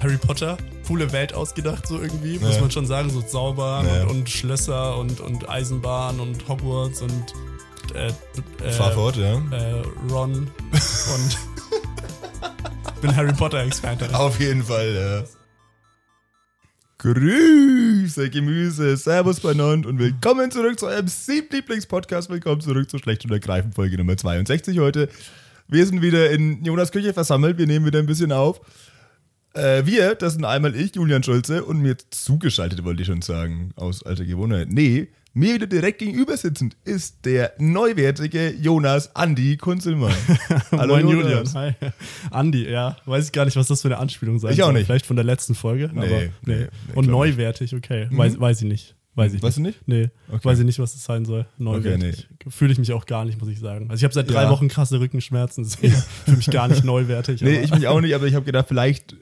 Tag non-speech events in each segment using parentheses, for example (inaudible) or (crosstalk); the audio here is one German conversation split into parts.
Harry Potter, coole Welt ausgedacht, so irgendwie, muss Ja. man schon sagen, so Zaubern Ja. und, und Schlösser und, und Eisenbahn und Hogwarts und äh, äh, Farford, ja. äh, Ron (laughs) und bin Harry Potter-Experte. Auf jeden Fall, ja. Grüße, Gemüse, Servus, Banon und willkommen zurück zu eurem siebten Lieblingspodcast. Willkommen zurück zur Schlecht und Ergreifend Folge Nummer 62 heute. Wir sind wieder in Jonas Küche versammelt, wir nehmen wieder ein bisschen auf. Äh, wir, das sind einmal ich, Julian Schulze und mir zugeschaltet, wollte ich schon sagen, aus alter Gewohnheit. Nee, mir wieder direkt gegenüber sitzend ist der neuwertige Jonas Andi (laughs) Kunzelmann. Moin Julian. Hi. Andi, ja. Weiß ich gar nicht, was das für eine Anspielung sein Ich auch soll. nicht. Vielleicht von der letzten Folge. Nee, aber, nee, nee, nee, Und glaub Mhm. neuwertig, okay. Weiß, weiß ich nicht. Weiß ich Weißt nicht. du Nee, Okay. weiß ich nicht, was das sein soll. Neuwertig. Fühle ich mich auch gar nicht, muss ich sagen. Also ich habe seit drei Ja. Wochen krasse Rückenschmerzen, deswegen fühle mich gar nicht neuwertig. (laughs) Nee, aber- ich mich auch nicht, aber ich habe gedacht, vielleicht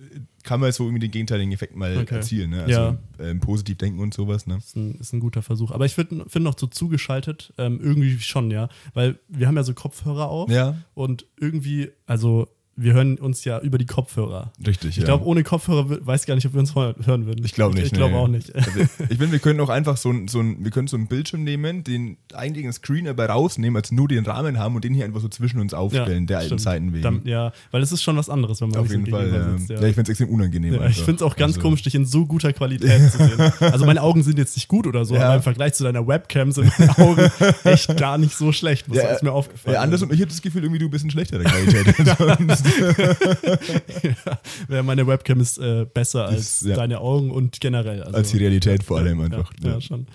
kann man so irgendwie den gegenteiligen Effekt mal Okay. erzielen. Ne? Also Ja. ähm, positiv denken und sowas. Ne? ist ein, ist ein guter Versuch. Aber ich finde find noch so zugeschaltet, ähm, irgendwie schon, ja. Weil wir haben ja so Kopfhörer auf Ja. und irgendwie, also wir hören uns ja über die Kopfhörer. Richtig, Ich ja. glaube, ohne Kopfhörer wür- weiß gar nicht, ob wir uns heu- hören würden. Ich glaube nicht. Ich glaube nee. auch nicht. (laughs) Also, ich finde, wir können auch einfach so ein, so ein, wir können so einen Bildschirm nehmen, den eigentlichen Screen aber rausnehmen, als nur den Rahmen haben und den hier einfach so zwischen uns aufstellen, der alten stimmt. Zeiten wegen. Dann- ja, weil es ist schon was anderes, wenn man Auf sich so jeden Fall. gegenüber Ja. sitzt. ja, ich finde es extrem unangenehm. Ja, einfach. ich finde es auch ganz Also- komisch, dich in so guter Qualität zu (laughs) sehen. Also meine Augen sind jetzt nicht gut oder so, Ja. aber im Vergleich zu deiner Webcam sind meine Augen echt gar nicht so schlecht. Das Ja, ist mir aufgefallen. Ja, anders und ich habe das Gefühl, irgendwie du bist in (laughs) schlechterer Qualität. als sonst. Ja, meine Webcam ist äh, besser als Ist, ja. deine Augen und generell. Also, als die Realität vor allem ja, einfach. ja, schon.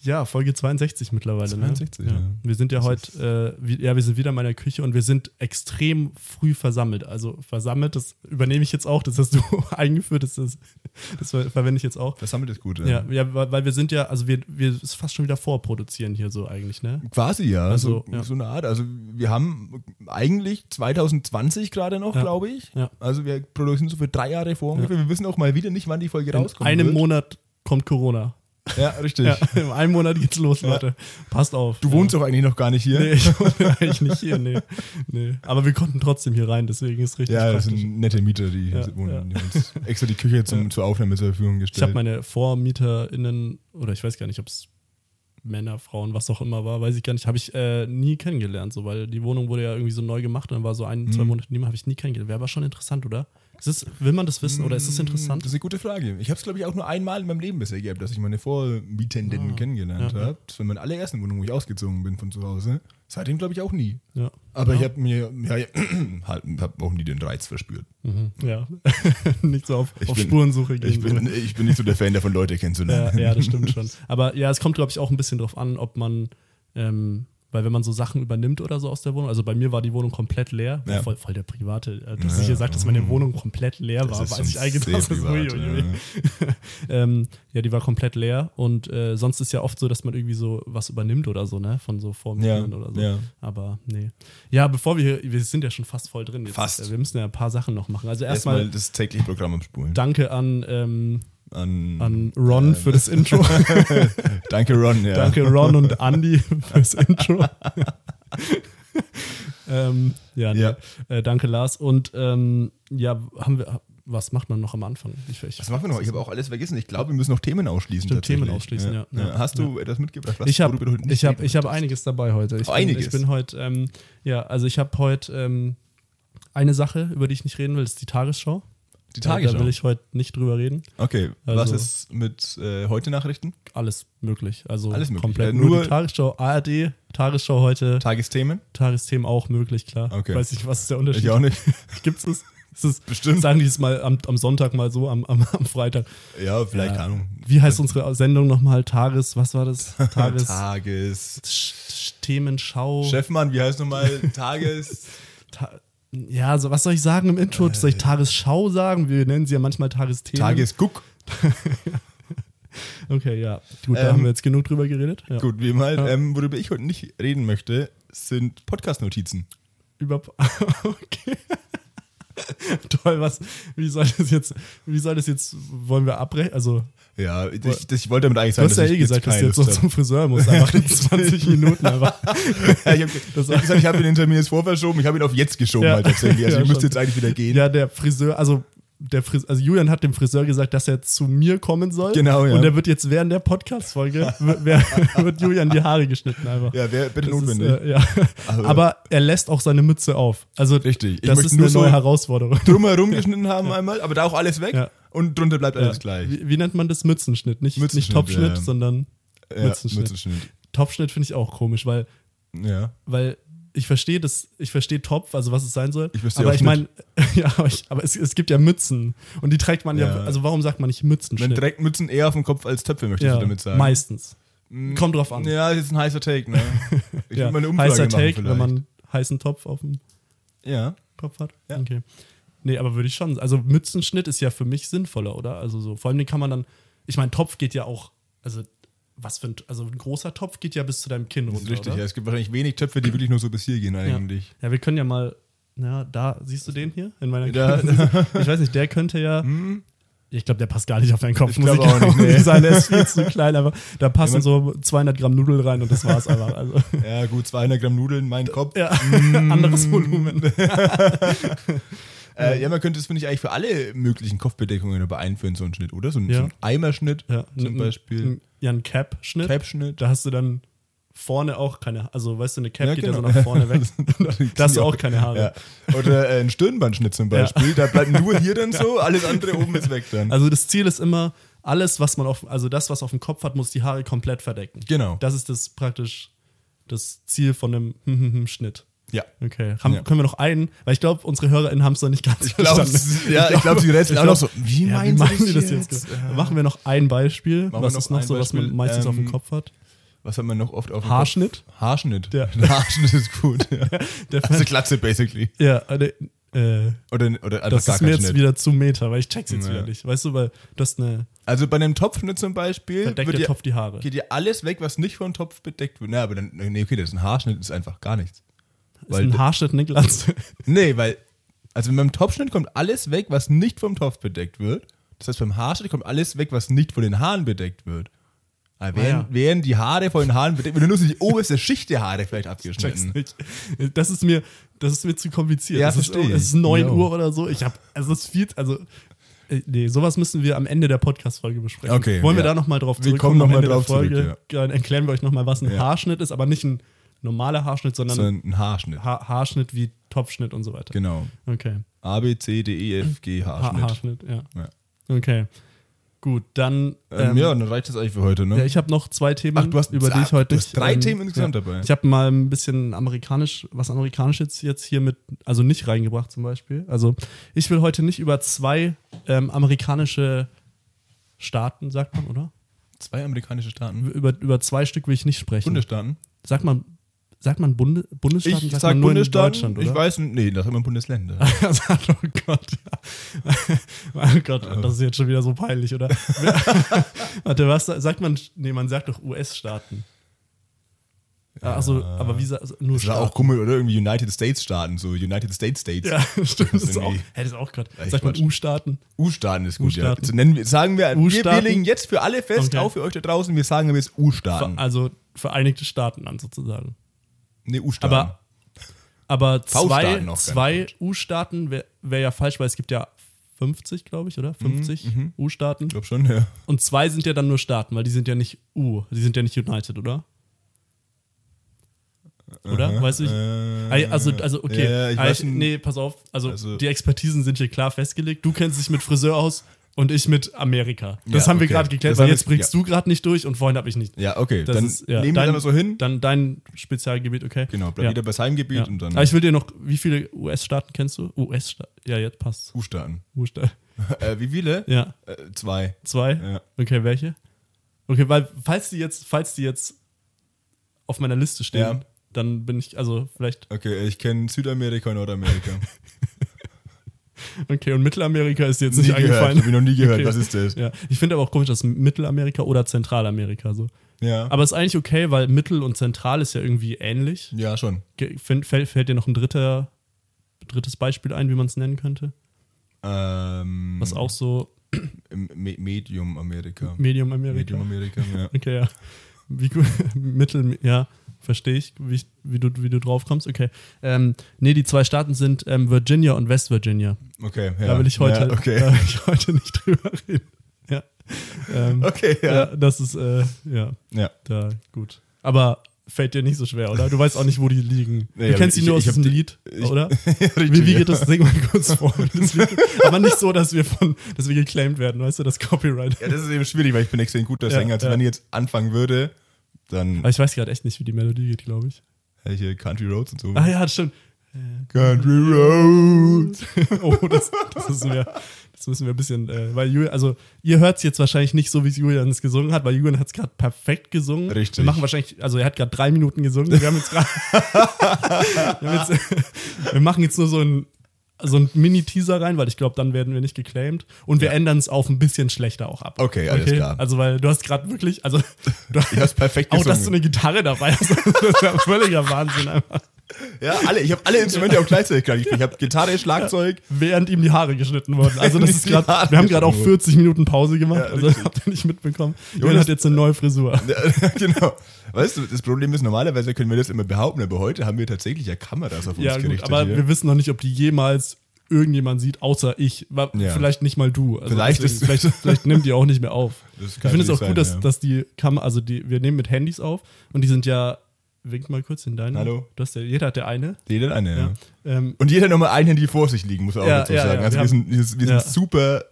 Ja, Folge 62 mittlerweile. 62, ne? ja. Wir sind ja heute, äh, wie, ja, wir sind wieder in meiner Küche und wir sind extrem früh versammelt. Also versammelt, das übernehme ich jetzt auch, das hast du (laughs) eingeführt, das, ist, das ver- verwende ich jetzt auch. Das sammelt es gut. Ja, ja, weil weil wir sind ja, also wir, wir ist fast schon wieder vorproduzieren hier so eigentlich, ne? Quasi ja, Also, so, ja. so eine Art. Also wir haben eigentlich 2020 gerade noch, Ja. glaube ich. Ja. Also wir produzieren so für drei Jahre vor ungefähr. Wir wissen auch mal wieder nicht, wann die Folge In rauskommt. einem wird. Monat kommt Corona. Ja, richtig. Ja, (laughs) in einem Monat geht's los, Leute. Passt auf. Du ja. wohnst doch eigentlich noch gar nicht hier. Nee, ich wohne eigentlich nicht hier, nee. nee. Aber wir konnten trotzdem hier rein, deswegen ist richtig Ja, das praktisch. sind nette Mieter, die hier Ja, wohnen. Die uns extra die Küche zum, zur Aufnahme zur Verfügung Ich habe gestellt. meine VormieterInnen, oder ich weiß gar nicht, ob es Männer, Frauen, was auch immer war, weiß ich gar nicht, habe ich äh, nie kennengelernt, so, weil die Wohnung wurde ja irgendwie so neu gemacht und dann war so ein, Mhm. zwei Monate niemand, habe ich nie kennengelernt. Wäre aber schon interessant, oder? Ist das, will man das wissen oder ist das interessant? Hm, Das ist eine gute Frage. Ich habe es, glaube ich, auch nur einmal in meinem Leben bisher gehabt, dass ich meine Vormietenden kennengelernt Ah. Ja. habe. Das war meine allererste Wohnung, wo ich ausgezogen bin von zu Hause. Seitdem, glaube ich, auch nie. ja. Aber ja. ich habe mir ja, (clears throat) ja, halt, hab auch nie den Reiz verspürt. Mhm. Ja. (laughs) nicht so auf, Ich auf bin- Spurensuche gehen. Ich bin, ich bin nicht so der Fan davon, Leute Ja, (laughs) kennenzulernen. ja, das stimmt schon. Aber ja, es kommt, glaube ich, auch ein bisschen drauf an, ob man, ähm, weil wenn man so Sachen übernimmt oder so aus der Wohnung, also bei mir war die Wohnung komplett leer, Ja. Mhm. voll, voll der Private, äh, dass ich hier sage, dass meine Wohnung komplett leer war, ist weiß ich schon eigentlich, sehr dass das privat, uiuiui. ähm, Ja, die war komplett leer und äh, sonst ist ja oft so, dass man irgendwie so was übernimmt oder so, ne, von so Vormietern oder so. ja. Aber nee. Ja, bevor wir, wir sind ja schon fast voll drin. Jetzt, Fast. Äh, wir müssen ja ein paar Sachen noch machen. Also Erstmal erstmal das tägliche Programm abspulen. Danke an, ähm, An, an Ron Ähm. für das (laughs) Intro. danke, Ron. Ja. Danke Ron und (laughs) Andy fürs Intro. ähm, ja, nee. Ja. Äh, danke Lars. Und ähm, ja, haben wir, was macht man noch am Anfang? Ich, ich, Was machen wir noch? Ich habe auch alles vergessen. Ich glaube, wir müssen noch Themen ausschließen. Stimmt, Themen tatsächlich. ausschließen, ja. Ja. Hast du etwas mitgebracht? was- ich habe worüber du heute nicht ich hab, reden ich hab möchtest? einiges dabei heute. Ich Oh, bin, einiges. Ich bin heute, ähm, ja, also ich habe heute ähm, eine Sache, über die ich nicht reden will, das ist die Tagesschau. Die Da- Tagesschau. Da will ich heute nicht drüber reden. okay, was Also- ist mit äh, heute Nachrichten? Alles möglich. Also Alles möglich. komplett. Ja, nur, nur- die Tagesschau, ARD, Tagesschau heute, Tagesthemen? Tagesthemen auch möglich, klar. Okay. Weiß nicht, was ist der Unterschied? Ich auch nicht. (laughs) Gibt's es? Ist es Bestimmt. Sagen die es mal am, am Sonntag mal so, am, am, am Freitag. Ja, vielleicht, keine Ahnung. Wie heißt unsere Sendung nochmal? Tages, was war (laughs) das? Tages. Tages. Sch- Themenschau. Chefmann, wie (laughs) heißt nochmal? Tages. Ta ja, so was soll ich sagen im Intro? Soll Äh. ich Tagesschau sagen? Wir nennen sie ja manchmal Tagesthemen. Tagesguck. Okay, ja. Gut, Ähm, da haben wir jetzt genug drüber geredet. Ja. Gut, wie mal, Ja. ähm, worüber ich heute nicht reden möchte, sind Podcast-Notizen. Über (laughs) okay. Toll, was, wie soll das jetzt, wie soll das jetzt, wollen wir abbrechen? Also, Ja, ich, das, ich wollte damit eigentlich du sagen, hast ja eh ich jetzt gesagt, dass du keine jetzt noch (laughs) Lust zum Friseur musst, (laughs) einfach in 20 Minuten, aber hab. ja, ich habe hab gesagt, ich habe den Termin jetzt vorverschoben, ich habe ihn auf jetzt geschoben Ja. halt tatsächlich. (laughs) Also Ja, ich müsste schon. jetzt eigentlich wieder gehen. Ja, der Friseur, also der Fris also Julian hat dem Friseur gesagt, dass er zu mir kommen soll. Genau, ja. Und er wird jetzt während der (laughs) Podcast-Folge, wird, wer- wird Julian die Haare geschnitten einfach. Ja, wäre bitte Das ist, notwendig. äh, ja. Also- Aber er lässt auch seine Mütze auf. Also Richtig. Ich das möchte ist nur eine neue so- Herausforderung. drumherum geschnitten haben einmal, aber da auch alles weg Ja. und drunter bleibt alles Ja. gleich. Wie, wie nennt man das? Mützenschnitt. Nicht, Mützenschnitt, nicht Topschnitt, ja. sondern Ja, Mützenschnitt. Mützenschnitt. Topschnitt finde ich auch komisch, weil, Ja. weil ich verstehe das, ich verstehe Topf, also was es sein soll. Ich verstehe aber auch ich meine, (laughs) ja, aber, ich, aber es, es gibt ja Mützen und die trägt man ja, Ja. also warum sagt man nicht Dann Mützenschnitt? direkt Mützen eher auf dem Kopf als Töpfe, möchte ja, ich damit sagen. meistens. Mm, Kommt drauf an. Ja, das ist ein heißer (laughs) Take, ne? Ich Ja, will mal eine Umfrage heißer machen Take, vielleicht. wenn man heißen Topf auf dem ja. Kopf hat. Ja. Okay. Nee, aber würde ich schon. Also Mützenschnitt ist ja für mich sinnvoller, oder? Also so, vor allem den kann man dann. Ich meine, Topf geht ja auch. Also was für ein, also ein großer Topf geht ja bis zu deinem Kinn Das ist runter. richtig. oder? Ja, es gibt wahrscheinlich wenig Töpfe, die wirklich nur so bis hier gehen Ja. eigentlich. ja, wir können ja mal. Na, da siehst du den hier in meiner Also, Da- Ich weiß nicht, der könnte ja. Ich glaube, der passt gar nicht auf deinen Kopf. Hm? Ich glaube auch genau (laughs) nicht, nee. sagen. Der ist viel zu klein, aber da passen man- so 200 Gramm Nudeln rein und das war's einfach. (laughs) Also, Ja. gut, 200 Gramm Nudeln, mein Kopf. ja, (laughs) Mm. anderes (laughs) Volumen. Äh, ja, man könnte das, finde ich, eigentlich für alle möglichen Kopfbedeckungen aber einführen, so einen Schnitt, oder? So einen, Ja. so einen Eimerschnitt Ja, zum ein- Beispiel. ein- Ja, ein Cap-Schnitt. Cap-Schnitt. Da hast du dann vorne auch keine, also weißt du, eine Cap Ja, geht ja genau. so nach (laughs) vorne weg. da hast du auch keine Haare. Ja. Oder äh, ein Stirnbandschnitt zum Beispiel. Da bleibt nur (laughs) hier dann so, alles andere oben ist weg dann. Also das Ziel ist immer, alles, was man auf, also das, was auf dem Kopf hat, muss die Haare komplett verdecken. Genau. Das ist das praktisch das Ziel von einem (laughs) Schnitt. ja. Okay. Haben, Ja. Können wir noch einen, weil ich glaube, unsere HörerInnen haben es noch nicht ganz ich glaub, (laughs) sie- ja, ich glaub, sie rätseln auch noch so, wie ja, meinen wie sie meinen das sie das jetzt? jetzt? Äh, Machen wir noch ein Beispiel. wir was noch ist noch ein so, was man Beispiel? meistens auf dem Ähm, Kopf hat? Was hat man noch oft auf dem Haarschnitt? Kopf? Haarschnitt. Ja. (laughs) Haarschnitt ist gut. (laughs) Ja. Der Also Glatze basically. ja, äh, äh, Oder, oder einfach das gar ist mir kein jetzt Schnitt. wieder zu Meter, weil ich check's jetzt Ja. wieder nicht. Weißt du, weil das ist eine Also bei einem Topfschnitt zum Beispiel verdeckt wird der ja, Topf die Haare. geht ja alles weg, was nicht vom Topf bedeckt wird. Na, aber dann, nee, okay, das ist ein Haarschnitt, ist einfach gar nichts. Ist Weil, ein Haarschnitt eine Glatze. nee, weil, also beim Topfschnitt kommt alles weg, was nicht vom Topf bedeckt wird. Das heißt, beim Haarschnitt kommt alles weg, was nicht von den Haaren bedeckt wird. Aber wären, Ah, ja. wären die Haare von den Haaren bedeckt, wenn du nur so die oberste Schicht der Haare vielleicht (laughs) Check's abgeschnitten. nicht. Das ist mir, das ist mir zu kompliziert. Ja, das ist, um, versteh ich. es ist 9 Jo. Uhr oder so. Ich hab, also es ist viel, also äh, nee, sowas müssen wir am Ende der Podcast-Folge besprechen. Okay, Wollen wir ja. da nochmal drauf Wir zurückkommen? kommen noch am mal Ende der drauf zurück, Folge? Dann erklären wir euch nochmal, was ein Ja. Haarschnitt ist, aber nicht ein normaler Haarschnitt, sondern So ein Haarschnitt. ha Haarschnitt wie Topfschnitt und so weiter. Genau. Okay. A, B, C, D, E, F, G, Ha Haarschnitt. Haarschnitt, ja. Ja. Okay. Gut, dann. Ähm, ähm, ja, dann reicht das eigentlich für heute, ne? Ja, ich habe noch zwei Themen, Ach, du hast- über die ich ah, heute du hast nicht, drei Themen insgesamt dabei. Ich habe mal ein bisschen amerikanisch, was amerikanisches jetzt hier mit, also nicht reingebracht zum Beispiel. Also ich will heute nicht über zwei ähm, amerikanische Staaten, sagt man, oder? Zwei amerikanische Staaten. Über, über zwei Stück will ich nicht sprechen. Bundesstaaten. sagt man, sagt man Bunde, Bundesstaaten? Ich sagt sag man nur in Bundesstaaten. Deutschland, oder? Ich weiß, n- nee, das immer Bundesländer. Also, (laughs) oh Gott. Oh Gott, das ist jetzt schon wieder so peinlich, (laughs) oder? Warte, was sagt man? Nee, man sagt doch US-Staaten. Also, aber wie sa- also nur Das war auch Staaten. komisch, oder? Irgendwie United States Staaten, so United States States. Ja, (laughs) stimmt. Das Das ist auch, irgendwie- hä, das ist auch Gott. Echt Sagt man Quatsch. U-Staaten? U-Staaten ist gut, ja. U-Staaten. So nennen wir, sagen wir, wir, wir U-Staaten. legen jetzt für alle fest, Okay. auch für euch da draußen, wir sagen jetzt U-Staaten. Ver- Also Vereinigte Staaten an sozusagen. Nee, U-Staaten. Aber, aber zwei, V-Staaten auch zwei U-Staaten wäre wär ja falsch, weil es gibt ja 50, glaube ich, oder? 50 Mhm, U-Staaten. ich glaube schon, ja. Und zwei sind ja dann nur Staaten, weil die sind ja nicht U, die sind ja nicht United, oder? Oder? Aha, Weißt du? Ich, äh, Ei, also, also, okay. Ja, ja, ich Ei, weiß, n- nee, pass auf. Also, Also- die Expertisen sind hier klar festgelegt. Du kennst dich mit Friseur aus und ich mit Amerika. Das Ja, haben wir okay. gerade geklärt, Das weil haben jetzt wir- bringst du gerade nicht durch und vorhin habe ich nicht. Ja, okay. Das dann ist, ja, nehmen wir dein- das mal so hin. Dann dein Spezialgebiet, okay? genau, bleibt ja. jeder bei seinem Gebiet ja. und dann Aber ich will dir noch, wie viele US-Staaten kennst du? US-Staaten? Ja, jetzt passt. U-Staaten. (laughs) US-Staaten. äh, wie viele? Ja. Äh, zwei. Zwei? Ja. Okay, welche? Okay, weil falls die jetzt, falls die jetzt auf meiner Liste stehen, Ja. dann bin ich, also vielleicht, Okay, ich kenne Südamerika (laughs) und Nordamerika. okay, und Mittelamerika ist jetzt nie nicht gehört, angefallen. habe ich noch nie gehört. Okay. Was ist das? Ja, ich finde aber auch komisch, dass Mittelamerika oder Zentralamerika so. Ja, Aber ist eigentlich okay, weil Mittel und Zentral ist ja irgendwie ähnlich. ja schon. Ge- Find, fällt, fällt dir noch ein dritter, drittes Beispiel ein, wie man es nennen könnte? Ähm, Was auch so im Me Medium Amerika. Medium Amerika. Medium Amerika, ja. Okay, ja. Wie gut, (laughs) Mittel, ja. verstehe ich, wie, ich wie, du, wie du drauf kommst. Okay. Ähm, nee, die zwei Staaten sind ähm, Virginia und West Virginia. Okay, ja. Da will ich heute, halt- Ja, okay. da will ich heute nicht (laughs) drüber reden. Ja. Ähm, (laughs) Okay, ja. ja. Das ist, äh, ja, ja. (laughs) da, gut. Aber fällt dir nicht so schwer, oder? Du weißt auch nicht, wo die liegen. Nee, du aber kennst die ich- nur aus ich hab diesem die- Lied, ich- (laughs) oder? Richtig, Wie, wie ja. geht das? Sing mal kurz vor. Das Lied. Aber nicht so, dass wir von, dass wir geclaimed werden, weißt du, das Copyright. Ja, das ist eben schwierig, weil ich bin extrem guter Ja, Sänger. Also ja. Ah. wenn ich jetzt anfangen würde, dann Aber ich weiß gerade echt nicht, wie die Melodie geht, glaube ich. hätte ich hier Country Roads und so. Ah ja, stimmt. (laughs) Country Roads. Oh, das, das, müssen wir, das müssen wir ein bisschen, äh, weil Julian, also ihr hört es jetzt wahrscheinlich nicht so, wie es Julian es gesungen hat, weil Julian hat es gerade perfekt gesungen. Richtig. Wir machen wahrscheinlich, also er hat gerade drei Minuten gesungen. Wir haben jetzt (laughs) gerade, wir, haben jetzt- wir machen jetzt nur so ein, so ein Mini-Teaser rein, weil ich glaube, dann werden wir nicht geclaimed. Und wir ändern es auf ein bisschen schlechter auch ab. Okay, alles klar. Also, weil du hast gerade wirklich, also (laughs) du Ich hab's perfekt Auch, dass du gesungen. eine Gitarre dabei hast. (laughs) Das ist ja völliger Wahnsinn einfach. Ja, alle. Ich habe alle Instrumente auch gleichzeitig gerade gespielt. Ich habe Gitarre, Schlagzeug. während ihm die Haare geschnitten wurden. Also das Nicht ist die gerade, Haare wir haben gerade auch geschnitten wurden. 40 Minuten Pause gemacht, Ja, also (laughs) richtig. habt ihr nicht mitbekommen. Jonas- Jonas hat jetzt eine neue Frisur. äh, Ja, (laughs) genau. Weißt du, das Problem ist, normalerweise können wir das immer behaupten, aber heute haben wir tatsächlich ja Kameras auf uns Ja gut, gerichtet. aber hier. wir wissen noch nicht, ob die jemals irgendjemand sieht, außer ich. Wa- Ja. Vielleicht nicht mal du. Also Vielleicht deswegen, ist- vielleicht, vielleicht nimmt die auch nicht mehr auf. (laughs) Das Ich kann finde es auch natürlich gut, dass, sein, ja. dass die Kamera, also die, wir nehmen mit Handys auf und die sind ja, wink mal kurz in deinen. Hallo. Du hast ja, jeder hat der eine. jeder eine, ja. Ja. Ähm, Und jeder nochmal ein Handy vor sich liegen, muss er auch Ja, dazu ja, sagen. ja, also wir wir sind, wir sind ja. super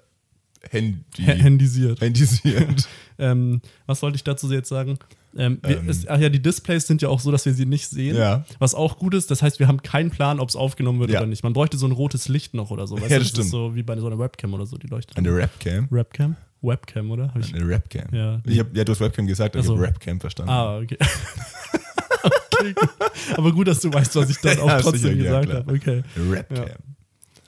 Handy. ha- handisiert. Handisiert. Ähm, was wollte ich dazu jetzt sagen? Ähm, wir, Ähm. es, ach ja, die Displays sind ja auch so, dass wir sie nicht sehen. Ja. Was auch gut ist, das heißt, wir haben keinen Plan, ob es aufgenommen wird Ja. oder nicht. Man bräuchte so ein rotes Licht noch oder so. Weißt Ja, du, das stimmt. Ist so wie bei so einer Webcam oder so, die leuchtet. (laughs) Eine Rapcam. Webcam? Webcam, oder? Hab ich, Eine Rapcam. Ja. Ich hab, ja, du hast Webcam gesagt, aber Ach ich so. habe Rapcam verstanden. ah, okay. (laughs) okay gut. Aber gut, dass du weißt, was ich dann auch (laughs) Ja, trotzdem sicher, ja, gesagt klar. habe. Okay. Eine Rapcam. Ja.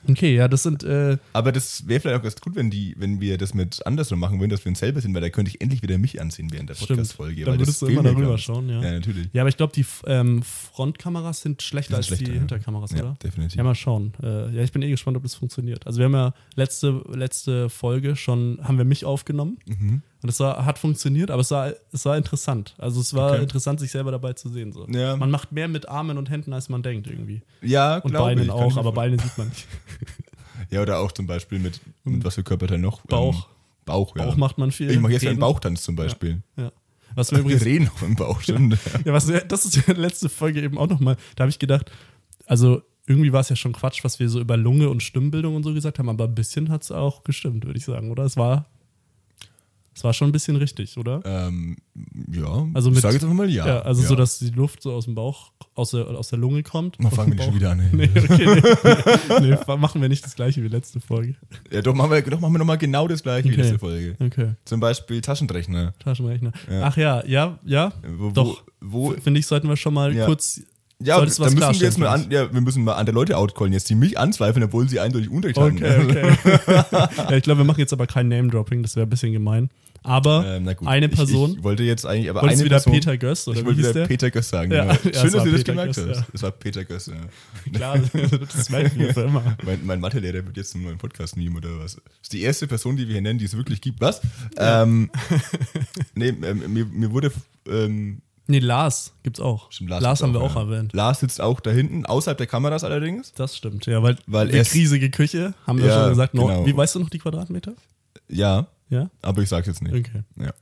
Okay, ja, das sind. Äh, Aber das wäre vielleicht auch ganz gut, wenn, die, wenn wir das mit andersrum machen würden, dass wir uns selber sind, weil da könnte ich endlich wieder mich anziehen während der Stimmt. Podcast-Folge. Dann weil das würdest du fehlt immer mir darüber ganz. schauen, ja. Ja, natürlich. ja, aber ich glaube, die F- ähm, Frontkameras sind schlechter Die als sind schlechter, die ja. Hinterkameras, Ja, oder? definitiv. Ja, mal schauen. Äh, ja, ich bin eh gespannt, ob das funktioniert. Also wir haben ja letzte, letzte Folge schon, haben wir mich aufgenommen Mhm. und es war, hat funktioniert, aber es war, es war interessant. Also es war Okay. interessant, sich selber dabei zu sehen. So. Ja. Man macht mehr mit Armen und Händen, als man denkt irgendwie. Ja, Und glaube Beinen ich. Kann ich auch, mir aber Beine sieht man nicht. Ja, oder auch zum Beispiel mit, mit was für Körperteilen noch? Hm. Bauch. Ähm, Bauch, (laughs) ja. Bauch macht man viel. Ich mache jetzt einen Reden. Bauchtanz zum Beispiel. Ja. Was wir übrigens Wir (laughs) reden auch im Bauch, stimmt. Ja, was, wir- das ist ja die letzte Folge eben auch nochmal. Da habe ich gedacht, also irgendwie war es ja schon Quatsch, was wir so über Lunge und Stimmbildung und so gesagt haben, aber ein bisschen hat es auch gestimmt, würde ich sagen, oder? Es war, es war schon ein bisschen richtig, oder? ähm, ja, Also ich mit- sage jetzt einfach mal ja. ja, also ja. so, dass die Luft so aus dem Bauch, aus der, aus der Lunge kommt. Mal Aus fangen dem wir schon Bauch. wieder an. ey. Nee, okay, nee, (laughs) nee, nee, machen wir nicht das gleiche wie letzte Folge. Ja, doch, machen wir, doch, machen wir nochmal genau das gleiche wie Okay. letzte Folge. Okay, Zum Beispiel Taschenrechner. Taschenrechner. Ja. Äh, Ach ja, ja, ja, Wo, doch. Wo, wo, Finde ich, sollten wir schon mal Ja. kurz ja, da Solltest du was müssen wir jetzt mal klarstellen an, ja, wir müssen mal andere Leute outcallen jetzt, die mich anzweifeln, obwohl sie eindeutig Unterricht Okay, (laughs) haben. okay. ja, ich glaube, wir machen jetzt aber kein Name-Dropping, das wäre ein bisschen gemein. Aber Ähm, na gut. eine Person. Ich, ich wollte jetzt eigentlich, aber wolltest eine du wieder Person, Peter Göss oder ich wie wollte hieß wieder der? Peter Göss sagen. Ja, Ja. (laughs) ja, Schön, es dass du war das Peter gemerkt Göss, hast. ja. Es war Peter Göss. (laughs) Ja. Klar, das merken wir für immer. Mein, mein Mathelehrer wird jetzt einen neuen Podcast-Meme oder was? Das ist die erste Person, die wir hier nennen, die es wirklich gibt. Was? Ähm, nee, ähm, mir, mir wurde. Ähm, Nee, Lars gibt's auch. stimmt, Lars, sitzt haben wir auch ja. erwähnt. Lars sitzt auch da hinten, außerhalb der Kameras allerdings. Das stimmt, ja, weil, Weil die erst- riesige Küche, haben wir Ja, schon gesagt. Noch, genau. Wie weißt du noch die Quadratmeter? Ja, Ja? aber ich sag's jetzt nicht. Okay. Ja.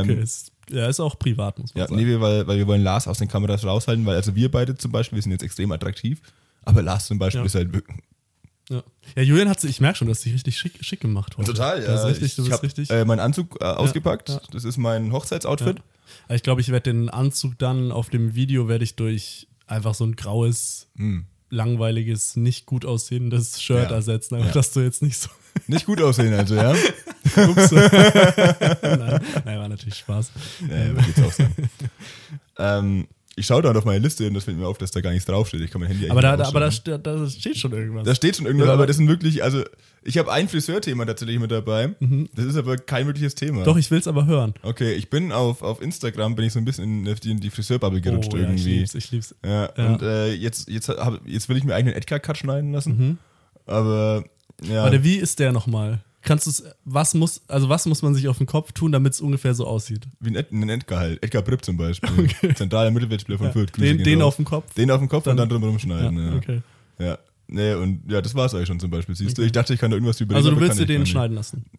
okay. Ähm, ist, ja, ist auch privat, muss man Ja, sagen. nee, wir, weil, weil wir wollen Lars aus den Kameras raushalten, weil also wir beide zum Beispiel, wir sind jetzt extrem attraktiv, aber Lars zum Beispiel Ja. ist halt wirklich. (laughs) Ja. ja, Julian hat sich, ich merke schon, du hast dich richtig schick, schick gemacht heute. Das ist richtig, ich, du bist hab, richtig. Äh, meinen Anzug äh, ausgepackt, ja. das ist mein Hochzeitsoutfit. Aber Also ich glaube, ich werde den Anzug dann auf dem Video werde ich durch einfach so ein graues, langweiliges, nicht gut aussehendes Shirt Hm. Ja. ersetzen, aber Ja. dass du jetzt nicht (laughs) so. Nicht gut aussehen, (laughs) also, ja. Ups. nein, nein, war natürlich Spaß. Äh, würde ich jetzt (laughs) auch sagen. ähm, ich schaue da auf meine Liste und das fällt mir auf, dass da gar nichts draufsteht. Ich kann mein Handy Aber eigentlich da, nicht da, aber da, ausschalten. ste- da steht schon irgendwas. da steht schon irgendwas, Ja, aber aber- das sind wirklich, also ich habe ein Friseurthema tatsächlich mit dabei. Das ist aber kein wirkliches Thema. Mhm. Doch, ich will es aber hören. Okay, ich bin auf, auf Instagram, bin ich so ein bisschen in die, in die Friseurbubble gerutscht Oh, ja, ich irgendwie. lieb's, ich lieb's. Ja, Ja. und äh, jetzt, jetzt, Mhm. hab, jetzt will ich mir eigentlich einen Edgar-Cut schneiden lassen. Aber ja, Warte, wie ist der nochmal? kannst du es, was muss, also was muss man sich auf den Kopf tun, damit es ungefähr so aussieht? Wie ein, Ed, ein Edgar halt. Edgar Bripp (laughs) zum Beispiel. Zentraler Mittelfeldspieler von Ja. Fürth. Grüße Den, gehen den raus. auf den Kopf. den auf den Kopf und Dann- dann drumherum schneiden. Ja, ja, okay. ja. Nee, und ja, das war es eigentlich schon zum Beispiel. Siehst du, ich dachte, ich kann da irgendwas überlegen. Also du aber willst kann dir ich gar den nicht. schneiden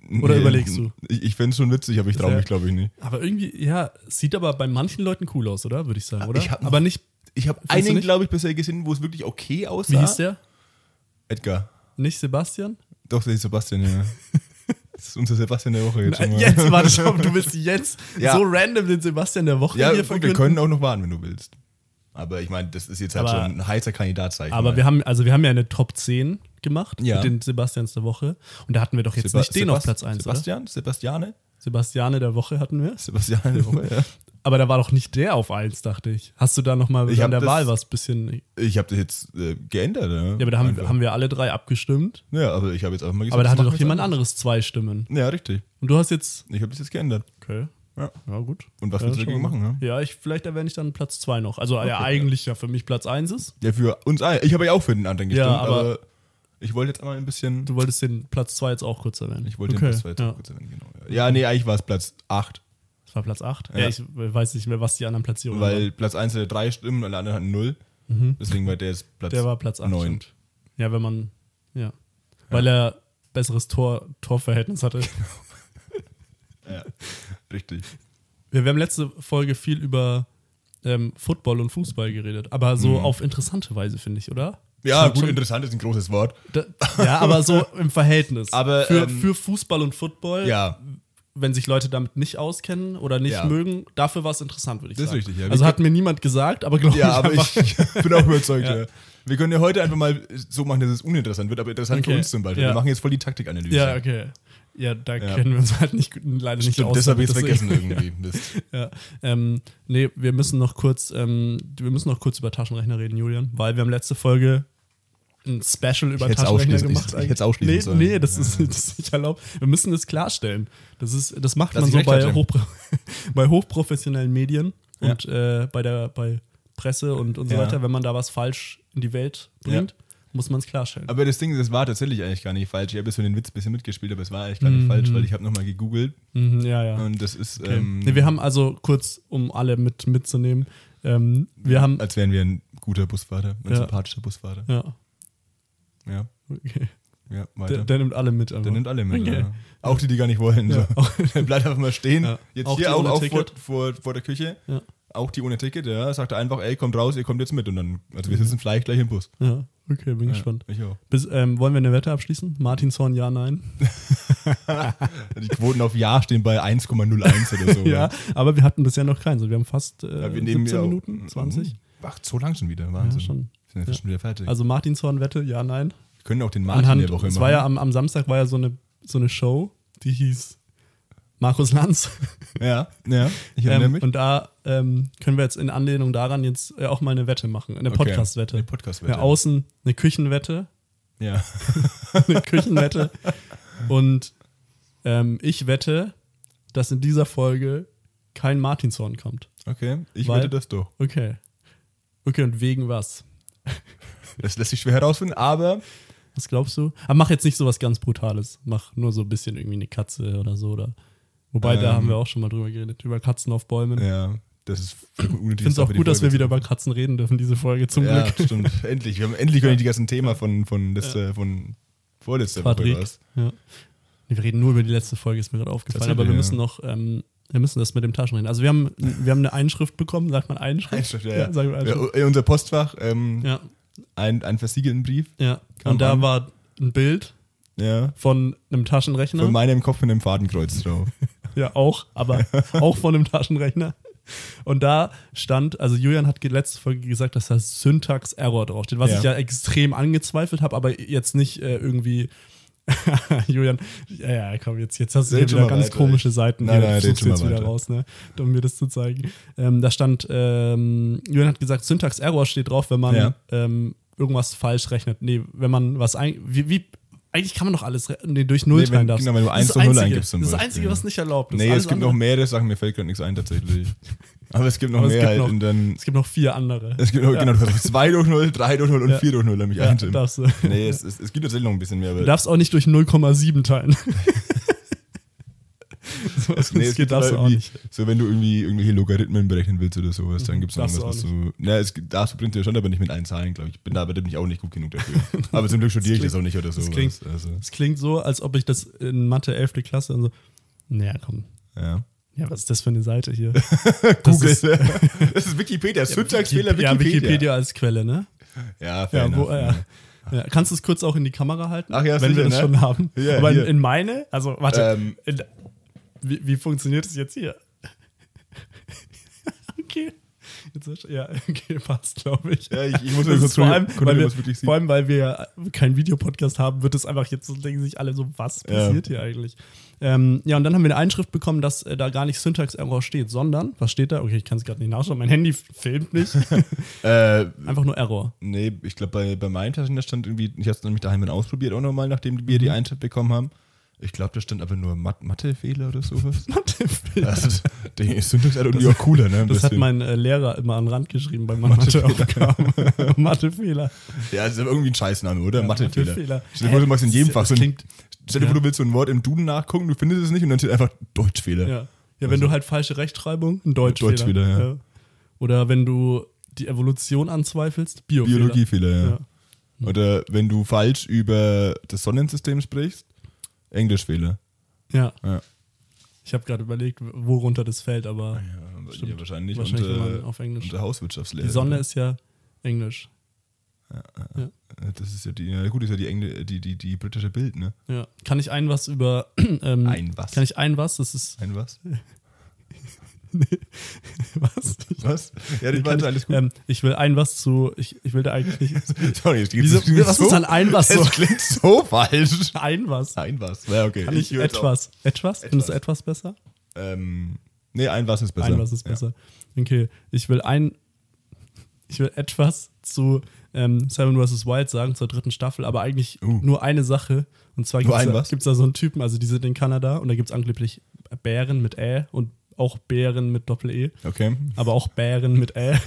lassen. Oder Nee, überlegst du? Ich, ich fände es schon witzig, aber ich traue Sehr- mich, glaube ich, nicht. Aber irgendwie, ja, sieht aber bei manchen Leuten cool aus, oder? Würde ich sagen, oder? Ah, ich hab noch- aber nicht, Ich habe Findest du einen, nicht? glaube ich, bisher gesehen, wo es wirklich okay aussah. wie hieß der? Edgar. Nicht Sebastian? Doch, der ist Sebastian, (laughs) ja. das ist unser Sebastian der Woche jetzt schon Nein, mal. jetzt, warte (laughs) schon, du willst jetzt Ja. so random den Sebastian der Woche ja, hier gut, wir verkünden. können auch noch warten, wenn du willst. Aber ich meine, das ist jetzt halt Aber- schon ein heißer ne? Kandidat, sag ich Aber mal. wir haben, also wir haben ja eine Top 10 gemacht Ja. mit den Sebastians der Woche. Und da hatten wir doch jetzt Seba- nicht den auf Sebast- Platz 1, oder? Sebastian? Sebastiane? Sebastiane der Woche hatten wir. Sebastiane der Woche, (laughs) ja. Aber da war doch nicht der auf 1, dachte ich. Hast du da nochmal Ich hab an der das- Wahl was bisschen. Ja, Ich habe das jetzt äh, geändert, ja. aber da haben, Einfach. haben wir alle drei abgestimmt. Ja, aber ich habe jetzt einfach mal gesagt. Aber da hatte das doch machen wir jemand jetzt anderes zwei Stimmen. anders. Ja, richtig. Und du hast jetzt. Ich habe das jetzt geändert. Okay. Ja. Ja, gut. Und was Ja, willst du schauen dagegen wir machen, mal. ne? Ja, ich, vielleicht erwähne ich dann Platz 2 noch. Also der eigentlich ja für mich Platz 1 ist. Ja, für uns alle. Ich habe ja auch für den anderen Ja, gestimmt, aber, aber- ich wollte jetzt einmal ein bisschen. Du wolltest den Platz 2 jetzt auch kurz erwähnen. Ich wollte okay. den Platz 2 jetzt ja. kurz erwähnen, genau. Ja, nee, eigentlich war es Platz 8, Das war Platz 8. Ja. Ja. ich weiß nicht mehr, was die anderen Platzierungen waren. weil Platz 1 hatte 3 Stimmen und alle anderen hatten 0. Deswegen war der jetzt Platz Mhm. Der war Platz 8. 9. stimmt. Ja, wenn man. Ja. Weil er besseres Tor, Torverhältnis (laughs) hatte. Ja, (laughs) (laughs) richtig. Wir, wir haben letzte Folge viel über ähm, Football und Fußball geredet, aber so auf interessante Weise, finde ich, oder? Mhm. Ja, Schon- gut, schon- interessant ist ein großes Wort. da, ja, aber so im Verhältnis. (laughs) Aber, für, ähm, für Fußball und Football, Ja, wenn sich Leute damit nicht auskennen oder nicht Ja. mögen, dafür war es interessant, würde ich Das ist sagen. richtig, ja. Also Wir- hat mir niemand gesagt, aber glaube (laughs) ja, ich aber einfach. ich, (laughs) bin auch überzeugt, ja. Ja. Wir können ja heute einfach mal so machen, dass es uninteressant wird, aber interessant für Okay. uns zum Beispiel. Ja. Wir machen jetzt voll die Taktikanalyse. ja, okay. Ja, da Ja. kennen wir uns halt nicht, leider nicht Stimmt, aus. das habe ich jetzt deswegen- vergessen irgendwie. Mist. (laughs) Ja, ähm, nee, wir müssen noch kurz, ähm, wir müssen noch kurz über Taschenrechner reden, Julian, weil wir haben letzte Folge ein Special über Ich hätt's Taschenrechner ausschließen- gemacht. ich- ich hätt's ausschließen nee, sollen. Nee, das ist, das ist nicht erlaubt. Wir müssen das klarstellen. Das ist, das macht Dass man ich so recht bei, hatte. hochpro (laughs) bei hochprofessionellen Medien Ja. und äh, bei der, bei Presse und, und so Ja. weiter. Wenn man da was falsch in die Welt Ja. bringt, muss man es klarstellen. Aber das Ding, das war tatsächlich eigentlich gar nicht falsch. Ich habe jetzt so den Witz ein bisschen mitgespielt, aber es war eigentlich gar nicht falsch, weil ich habe nochmal gegoogelt Mhm, ja, ja. und das ist, Mhm. Okay. ähm, nee, wir haben also kurz, um alle mit mitzunehmen, ähm, wir haben, als wären wir ein guter Busfahrer, ein Ja. sympathischer Busfahrer. ja, Ja, okay. ja, Der, weiter. der nimmt alle mit. einfach. Der nimmt alle mit. Okay. Ja. Auch die, die gar nicht wollen. Ja. (laughs) So. Der bleibt einfach mal stehen. Ja. Jetzt Auch die hier auch, ohne auch vor, Ticket. vor, vor der Küche. Ja. Auch die ohne Ticket, ja. Sagt er einfach, ey, kommt raus, ihr kommt jetzt mit. Und dann, also wir sitzen vielleicht gleich im Bus. Ja, okay, bin Mhm. gespannt. Ja, ich auch. Bis, ähm, wollen wir eine Wette abschließen? Martinshorn, ja, nein. Die Quoten auf Ja stehen bei 1,01 oder so. (laughs) ja, aber wir hatten bisher noch keinen. So, wir haben fast äh, Ja, wir 17 nehmen ja auch- Mhm. Minuten, 20. Ach, so lang schon wieder. Wahnsinn. Ja, schon. Sind jetzt Ja. schon wieder fertig. Also Martinshorn, Wette, ja, nein. wir können auch den Mhm. Martin Anhand, der Woche es machen. war ja am, am Samstag war ja so eine, so eine Show, die hieß Markus Lanz. ja, ja, ich (laughs) erinnere ähm, mich. und da ähm, können wir jetzt in Anlehnung daran jetzt äh, auch mal eine Wette machen, eine Okay. Podcast-Wette. Eine Podcast-Wette. Ja, außen eine Küchenwette, Ja. (laughs) eine Küchenwette. Und ähm, ich wette, dass in dieser Folge kein Martinshorn kommt. Okay, ich Weil- wette das doch. Okay. Okay, und wegen was? Das lässt sich schwer herausfinden, aber Was glaubst du? Aber mach jetzt nicht so was ganz Brutales. Mach nur so ein bisschen irgendwie eine Katze oder so. Oder Wobei, Ähm. da haben wir auch schon mal drüber geredet, über Katzen auf Bäumen. ja, das ist unnötig. Ich finde es auch gut, dass wir wieder über Katzen reden dürfen, diese Folge zum ja, Glück. stimmt. Endlich. Wir haben endlich können wir die ganzen Thema von, von, das, äh, von vorletzter Woche Quadrik. raus. Ja. Nee, Wir reden nur über die letzte Folge, ist mir gerade aufgefallen. Tatsächlich, Aber wir ja. müssen noch, ähm, wir müssen das mit dem Taschen reden. Also wir haben, wir haben eine Einschrift bekommen, sagt man Einschrift? Einschrift, ja, (laughs) ja. sagen wir Einschrift. Ja, äh, unser Postfach, ähm, Ja, ein, ein versiegelten Brief ja. Kam Und da an. war ein Bild ja, von einem Taschenrechner. von meinem Kopf mit einem Fadenkreuz drauf. (laughs) Ja, auch, (laughs) aber auch von einem Taschenrechner. Und da stand, also Julian hat ge- letzte Folge gesagt, dass da Syntax-Error draufsteht, was Ja. ich ja extrem angezweifelt habe, aber jetzt nicht äh, irgendwie. (laughs) Julian, ja, ja, komm, jetzt, jetzt hast du Red hier schon wieder mal ganz weiter, komische Seiten. Nein, hier, nein, du red suchst schon mal jetzt wieder weiter. raus, ne, um mir das zu zeigen. Ähm, da stand, ähm, Julian hat gesagt, Syntax-Error steht drauf, wenn man Ja. ähm, irgendwas falsch rechnet. Nee, wenn man was ein, wie, wie, eigentlich kann man doch alles, re- nee, durch Null Nee, wenn- teilen darfst. genau, wenn du Das ist eins zu Null das Einzige. eingibst zum Das ist das Beispiel. Einzige, was nicht erlaubt ist. Nee, Alles es gibt andere- (laughs) noch mehrere Sachen, mir fällt gerade nichts ein tatsächlich. Aber es gibt noch Aber es mehr gibt halt noch- und dann. Es gibt noch vier andere. Es gibt, Genau, (laughs) du kannst 2 durch 0, 3 durch 0 und Ja. 4 durch 0 nämlich Ja, eintippen. darfst du. Nee, es, es, es gibt tatsächlich noch ein bisschen mehr. Aber Du darfst auch nicht durch 0,7 (laughs) teilen. so, das Nee, es geht gibt darfst da du auch irgendwie- nicht. So, wenn du irgendwie irgendwelche Logarithmen berechnen willst oder sowas, dann gibt es noch Darfst irgendwas, du was auch du. Na, es gibt- darfst du prinzipiell schon, aber nicht mit allen Zahlen, glaube ich. Ich bin da aber bin ich auch nicht gut (laughs) genug dafür. aber zum Glück studiere ich das auch nicht oder sowas. klingt- also, Es klingt so, als ob ich das in Mathe 11. Klasse und so. Naja, komm. ja. Ja, was ist das für eine Seite hier? (laughs) (laughs) Das Google. ist- das ist Wikipedia. Syntaxfehler Ja, Wikipedia. Wikipedia als Quelle, ne? Ja, fair Ja, wo, enough. ja. Ja, kannst du es kurz auch in die Kamera halten, ne? Ach ja, wenn wir sicher, das ne? schon haben? Ja, Aber in, hier. in meine, also warte, Ähm. in, wie, wie funktioniert es jetzt hier? (laughs) okay. Jetzt, ja, (laughs) okay, passt, glaube ich. Ja, ich- ich muss Das nur ist kurz vor kontrollieren, allem, kontrollieren, weil wir, was wirklich sieht. vor allem, weil wir keinen Videopodcast haben, wird es einfach jetzt so, denken sich alle so, was Ja. passiert hier eigentlich? Ähm, ja, und dann haben wir eine Einschrift bekommen, dass äh, da gar nicht Syntax-Error steht, sondern, was steht da? Okay, ich kann es gerade nicht nachschauen, mein Handy filmt nicht. (laughs) Äh, einfach nur Error. nee, ich glaube, bei, bei meinen Taschen, da stand irgendwie, ich habe es nämlich daheim dann ausprobiert, auch nochmal, nachdem wir die Mhm. Eintritt bekommen haben. Ich glaube, da stand aber nur Mat Mathefehler oder sowas. (laughs) Mathefehler. Das ist, die Syntax halt irgendwie auch cooler, ne? Ein Das hat bisschen. mein äh, Lehrer immer an den Rand geschrieben bei meiner Matheaufgaben. (laughs) Mathefehler. Ja, das ist aber irgendwie ein Scheißname, oder? Mathefehler. Mathefehler. Stell dir vor, du Äh, machst in das- jedem Fach das so ein, klingt- Stell dir vor, ja. du willst so ein Wort im Duden nachgucken, du findest es nicht und dann steht einfach Deutschfehler. Ja. ja, wenn du halt falsche Rechtschreibung, ein Deutschfehler. Also Deutschfehler, ja. Oder wenn du die Evolution anzweifelst, Biofehler. Biologiefehler, ja. Ja. Mhm. Oder wenn du falsch über das Sonnensystem sprichst, Englischfehler. Ja. Ja. Ah, Ich habe gerade überlegt, worunter das fällt, aber Stimmt. Ja, wahrscheinlich. Wahrscheinlich, unter, wenn man auf Englisch- Unter Hauswirtschaftslehre. die Sonne ist ja Englisch. Ja, Äh, Das ist ja die, ja gut, ist ja die, Engl äh, die, die, die britische Bild, ne? Ja. Kann ich ein was über. (clears throat) Ähm, Ein was? Kann ich ein was? Das ist. (laughs) Ein was? was? Was? Ja, die Kann meinte ich, alles gut. ähm, ich will ein was zu. Ich, ich will da eigentlich nicht. (laughs) Sorry, es klingt Wieso, es klingt was ist an ein was so? (laughs) Es klingt so falsch. Ein was. Ein was. Ja, okay. Kann ich, höre jetzt auf. etwas? Etwas? Findest du Ah, Etwas. etwas besser? Ähm, nee, ein was ist besser. Ein was ist besser. Okay, ich will ein. Ich will etwas zu ähm, Seven vs. Wild sagen, zur dritten Staffel, aber eigentlich Uh. nur eine Sache. Und zwar gibt ein was? es da, so einen Typen, also die sind in Kanada und da gibt es angeblich Bären mit Ä und auch Bären mit Doppel-E, Ja. Okay. aber auch Bären mit Ä.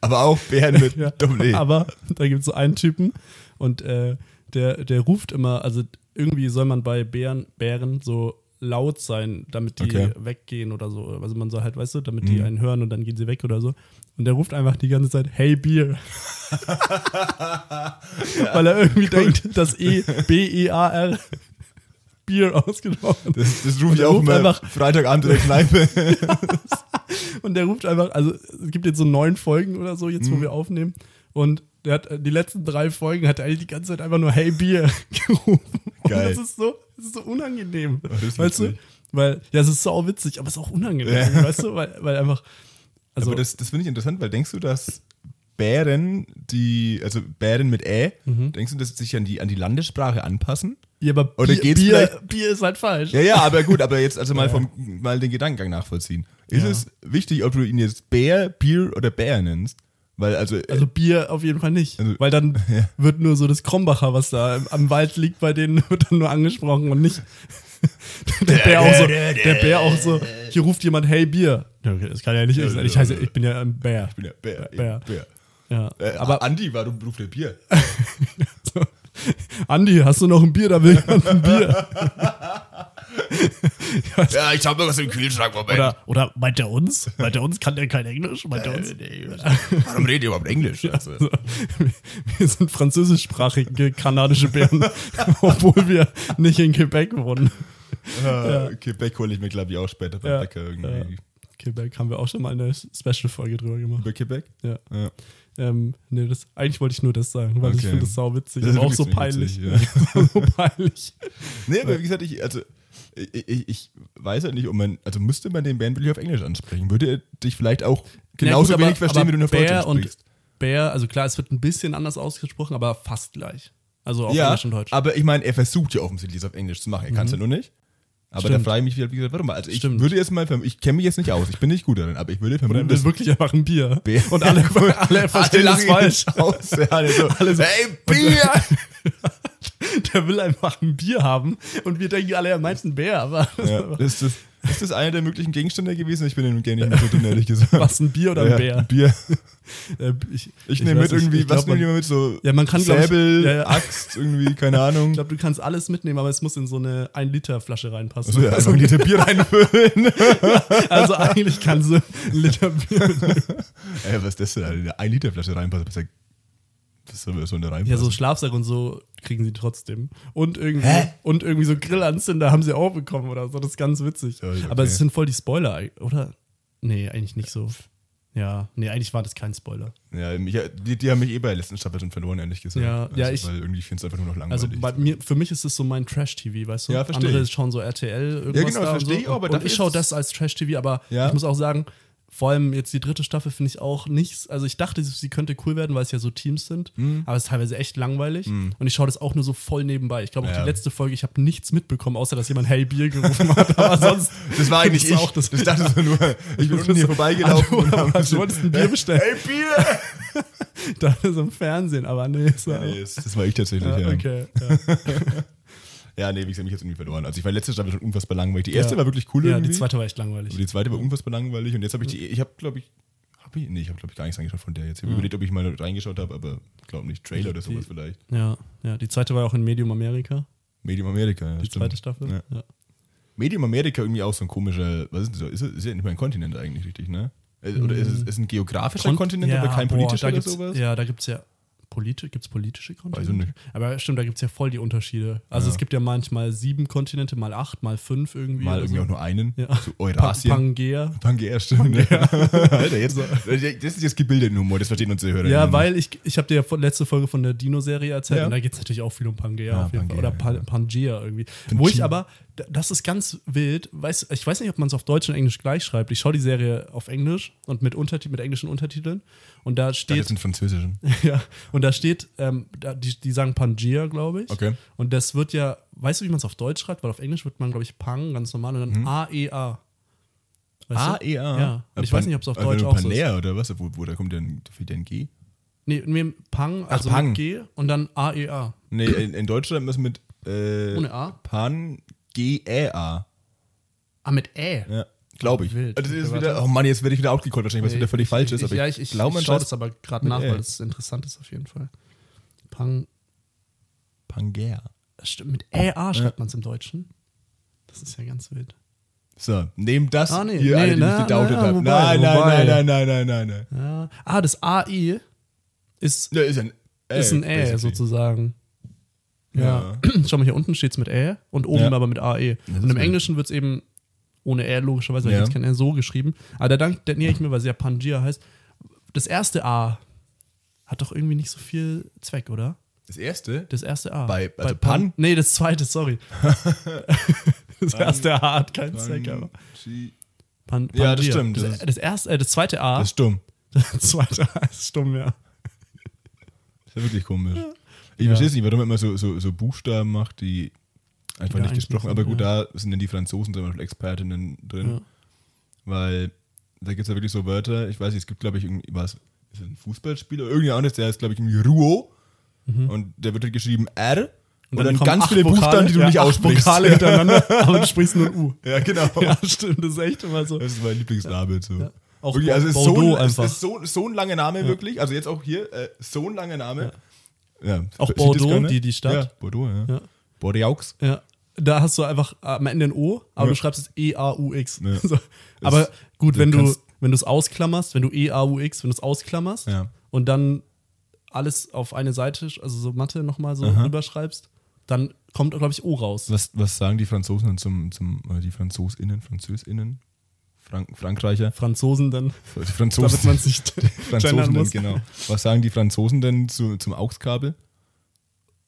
Aber auch Bären mit (laughs) Ja, Doppel-E. Aber da gibt es so einen Typen und äh, der, der ruft immer, also irgendwie soll man bei Bären, Bären so laut sein, damit die Okay. weggehen oder so. Also man soll halt, weißt du, damit die Mhm. einen hören und dann gehen sie weg oder so. Und der ruft einfach die ganze Zeit, hey (laughs) Bier. Weil er irgendwie denkt, dass E, (laughs) B-E-A-R Bier ausgesprochen Das, das rufe ich er auch ruft immer einfach- Freitagabend in der Kneipe. Und der ruft einfach, also es gibt jetzt so neun Folgen oder so, jetzt Mhm. wo wir aufnehmen. Und der hat äh, die letzten drei Folgen hat er eigentlich die ganze Zeit einfach nur Hey Bier (laughs) gerufen. Geil. Und das ist so, das ist so unangenehm. das ist weißt du? witzig. Weil, ja, es ist sau witzig, aber es ist auch unangenehm, Ja. weißt du? Weil, weil einfach. (laughs) Also, Aber das, das finde ich interessant, weil denkst du, dass Bären, die, also Bären mit Ä, Mhm. denkst du, dass sie sich an die, an die Landessprache anpassen? ja, aber oder Bier, geht's Bier, vielleicht- Bier ist halt falsch. (laughs) Ja, ja, aber gut, aber jetzt also mal, Ja. vom, mal den Gedankengang nachvollziehen. Ist Ja. es wichtig, ob du ihn jetzt Bär, Bier oder Bär nennst? Weil also, Also Bier auf jeden Fall nicht. Also- weil dann (laughs) Ja. wird nur so das Krombacher, was da im, am Wald liegt, bei denen (laughs) wird dann nur angesprochen und nicht (laughs) der Bär auch so, der Bär auch so, hier ruft jemand, hey Bier. Ja, okay, Das kann ja nicht ich sein. Ich heiße, ich bin ja ein Bär. ich bin ja Bär, Bär. Bär. Bär. Ja. Äh, Aber aber Andi, warum ruft der (laughs) Bier? so, Andi, hast du noch ein Bier? Da will jemand ein Bier. ja, ich habe noch was im Kühlschrank, Moment. Äh, Oder, oder meint er uns? Meint er uns? Kann der kein Englisch? Meint er uns? (laughs) Warum redet ihr überhaupt Englisch? Also, So, wir- wir sind französischsprachige kanadische Bären, (laughs) obwohl wir nicht in Quebec wohnen. äh, Quebec hole ich mir, glaube ich, auch später beim Ja, Bäcker irgendwie. ja. Quebec haben wir auch schon mal eine Special-Folge drüber gemacht. Über Quebec? Ja. Ja. Ähm, nee, das, eigentlich wollte ich nur das sagen, weil ich Okay. finde das sau witzig. Das ist aber auch so wirklich peinlich. witzig, (laughs) so peinlich. Nee, aber wie gesagt, ich, also, ich, ich, ich weiß ja nicht, ob man, also müsste man den Bären wirklich auf Englisch ansprechen? Würde er dich vielleicht auch (laughs) genauso Ja, gut, wenig verstehen, wie du ihn auf Deutsch Bär ansprichst? und Bär, also klar, es wird ein bisschen anders ausgesprochen, aber fast gleich. Also auf ja, Englisch und Deutsch. Mhm. aber ich meine, er versucht ja offensichtlich, es auf Englisch zu machen. Er kann es ja nur nicht. Aber da Stimmt. frage ich mich, wieder, wie gesagt, warum? Also ich Stimmt. würde jetzt mal, verm- ich kenne mich jetzt nicht aus, ich bin nicht gut darin, aber ich würde Oder vermuten, will wirklich einfach ein Bier. Bär- Und (laughs) alle, alle verstehen das lachen (laughs) falsch. ihn Aus, ja, alle so, hey, (laughs) Bier! Der will einfach ein Bier haben und wir denken alle, er meint einen Bär, aber (laughs) Ja, das, das, Ist das einer der möglichen Gegenstände gewesen? Ich bin dem gerne nicht mehr so (laughs) drin, ehrlich gesagt. Was, ein Bier oder ein Ja, Bär? Bier. Äh, ich Ich ich nehme weiß mit nicht, irgendwie, ich was glaub, nehmen man- die mit so Ja, man kann, glaub ich- Säbel, ja, ja. Axt, irgendwie, keine Ich Ahnung. glaube, du kannst alles mitnehmen, aber es muss in so eine 1-Liter-Flasche reinpassen. Also ja, (laughs) einfach ein Liter Bier reinfüllen. also eigentlich kannst du einen Liter Bier mitnehmen. Ey, was ist das denn? Alter? Eine 1 Liter Flasche reinpassen. Was ist das soll so eine reinpassen? Ja, so Schlafsack und so kriegen sie trotzdem. Und irgendwie, Hä? und irgendwie so Grillanzünder haben sie auch bekommen oder so. Das ist ganz witzig. Ja, okay. Aber es sind voll die Spoiler, eig- oder? Nee, eigentlich nicht so. Ja, nee, eigentlich war das kein Spoiler. Ja, mich, die, die haben mich eh bei der letzten Staffel schon verloren, ehrlich gesagt. Also, Ja, ja, ich- Weil irgendwie finde es einfach nur noch langweilig. Also bei mir, für mich ist es so mein Trash-TV, weißt du? Ja, verstehe Andere ich. schauen so RTL, irgendwas Ja, genau, da und verstehe so. ich auch, aber und dafür ich ist schaue es- das als Trash-TV, aber Ja. ich muss auch sagen, vor allem jetzt die dritte Staffel finde ich auch nichts. Also ich dachte, sie könnte cool werden, weil es ja so Teams sind, Mhm. aber es ist teilweise echt langweilig. Und ich schaue das auch nur so voll nebenbei. Ich glaube, auch Ja. die letzte Folge, ich habe nichts mitbekommen, außer dass jemand Hey Bier gerufen hat. (laughs) Aber sonst (laughs) (laughs) das war eigentlich das ich. auch das. ich dachte (laughs) so nur, ich bin unten hier vorbeigelaufen. Hallo, und haben- aber du wolltest (laughs) ein Bier bestellen. Ey, Bier! (laughs) da so im Fernsehen, aber nee, ist ja, Nee, das- das war ich tatsächlich, ja. ja, Ja, okay. Ja. nee, wie gesagt, mich jetzt irgendwie verloren. Also ich war letzte Staffel schon unfassbar langweilig. Die erste Ja. war wirklich cool Ja, irgendwie. die zweite war echt langweilig. Aber die zweite war unfassbar langweilig. Und jetzt habe ich die, ich habe glaube ich, hab ich, nee, ich habe glaube ich gar nichts reingeschaut von der jetzt. Ich habe überlegt, ob ich mal reingeschaut habe, aber glaube nicht. Trailer oder sowas Die- vielleicht. Ja, ja, die zweite war ja auch in Medium Amerika, Medium Amerika. Ja, die zweite Staffel. Ja. Ja. Medium Amerika irgendwie auch so ein komischer, was ist das? Ist, es- ist ja nicht mal ein Kontinent eigentlich, richtig, ne? Äh, Oder ist es ist ein geografischer Mm. Kon- Kontinent, aber kein boah, politischer da oder gibt's, sowas? Ja, da gibt es ja. Politi gibt's politische Kontinente? nicht. Aber stimmt, da gibt es ja voll die Unterschiede. Also es gibt ja manchmal sieben Kontinente, mal acht, mal fünf irgendwie. Mal irgendwie auch Irgendwie nur einen. Ja. (laughs) So Eurasien. Pa- Pangea. Pangea, stimmt. ne? (laughs) Alter, jetzt, das ist jetzt gebildeten Humor, das verstehen unsere Hörer. Ja, nicht. weil ich, ich habe dir ja von- letzte Folge von der Dino-Serie erzählt Ja. und da geht es natürlich auch viel um Pangea Ja, auf jeden Pangea, Fall. Oder pa ja. Pangea irgendwie. Pangea. Wo ich aber, d- das ist ganz wild, weiß, ich weiß nicht, ob man es auf Deutsch und Englisch gleich schreibt. Ich schaue die Serie auf Englisch und mit, Unterti mit englischen Untertiteln und da Das steht ist in Französischen. (laughs) Ja, und da steht, ähm, da, die, die sagen Pangea, glaube ich. Okay. Und das wird ja, weißt du, wie man es auf Deutsch schreibt? Weil auf Englisch wird man, glaube ich, Pang ganz normal und dann Mhm. AEA. Weißt du? AEA. also, Ja. Und ich E Pan- weiß nicht, ob es auf also Deutsch auch so ist. Panea oder was? Wo, wo da kommt denn, da fehlt denn G? Nee, nee, Pang, also Pang. mit G und dann E AEA. Nee, in, in Deutsch schreibt man es mit äh, Ohne A? Pan G E A. Ah, mit Ä. Ja, glaube ich. Wild. Also das ist Okay, wieder, oh Mann, jetzt werde ich wieder outgecallt wahrscheinlich, was Nee, wieder völlig ich- falsch ich- ist. Aber ja, ich, ich, ich, glaube, man schaue schaut das es aber gerade mit nach, Ä. weil das interessant ist auf jeden Fall. Pang, Pangea. stimmt, mit ÄA schreibt man es im Deutschen. Das ist ja ganz wild. So, nehmt das Ah, nee, hier, nee, alle, die na, mich gedoubtet na, haben. wobei, Nein, nein, wobei. nein, nein, nein, nein, nein, nein. Ja. Ah, das AE ist Ja, ist ein Ä. ist ein Ä basically. sozusagen. Ja. (clears throat) Schau mal, hier unten steht es mit Ä und oben Ja. aber mit AE. ist Und im wild. Englischen wird es eben ohne Ä logischerweise, weil Ja. ja. jetzt kein Ä so geschrieben. Aber da dank, da näher ich mir, weil sie ja Pangea heißt. Das erste A hat doch irgendwie nicht so viel Zweck, oder? Das erste? Das erste A. Bei- also Pan? Nee, das zweite, (laughs) sorry. das erste A hat keinen Zweck, aber. Pang- Pan, Ja, das Pangea. stimmt, das Das, ist- das, erste, äh, das zweite A. Das ist dumm. (laughs) Das zweite A ist stumm, ja. Das ist wirklich komisch. Ich Ja. verstehe es nicht, warum man immer so, so, so Buchstaben macht, die einfach Ja, nicht eigentlich gesprochen nicht, Aber gut, da sind dann die Franzosen zum Beispiel Expertinnen drin. Ja. Weil da gibt es ja wirklich so Wörter. Ich weiß nicht, es gibt, glaube ich, irgendwie was. Ist das ein Fußballspieler? Irgendjemand anderes, der heißt, glaube ich, irgendwie Ruo. Und der wird halt geschrieben R. Und, dann, Mhm. kommen ganz acht viele Buchstaben, die du ja, nicht acht aussprichst. Vokale hintereinander, (laughs) aber du sprichst nur U. (laughs) Ja, genau. Ja, stimmt, das ist echt immer so. Das ist mein Lieblingsname. So. Ja. Auch Wirklich, also es ist so, Bordeaux ein- es einfach. ist so, so ein langer Name, wirklich. Also jetzt auch hier, äh, so ein langer Name. Ja. Auch Sieht Bordeaux, das gerne? die- die Stadt. Ja, Bordeaux, ja. Ja. Bordeaux. Ja. Da hast du einfach am Ende ein O, aber Ja. du schreibst es E E-A-U-X. Ja. (laughs) So. Aber Das- gut, du wenn du, kannst- wenn du es ausklammerst, wenn du E E-A-U-X, wenn du es ausklammerst Ja. und dann alles auf eine Seite, also so Mathe nochmal so rüberschreibst, dann kommt, glaube ich, O raus. Was, was sagen die Franzosen dann zum, zum äh, die FranzosInnen, FranzösInnen? Frank Frankreicher? Franzosen dann, Die (laughs) Franzosen. (laughs) damit man es nicht gendern Franzosen denn, muss. genau. Was sagen die Franzosen denn zu, zum AUX-Kabel?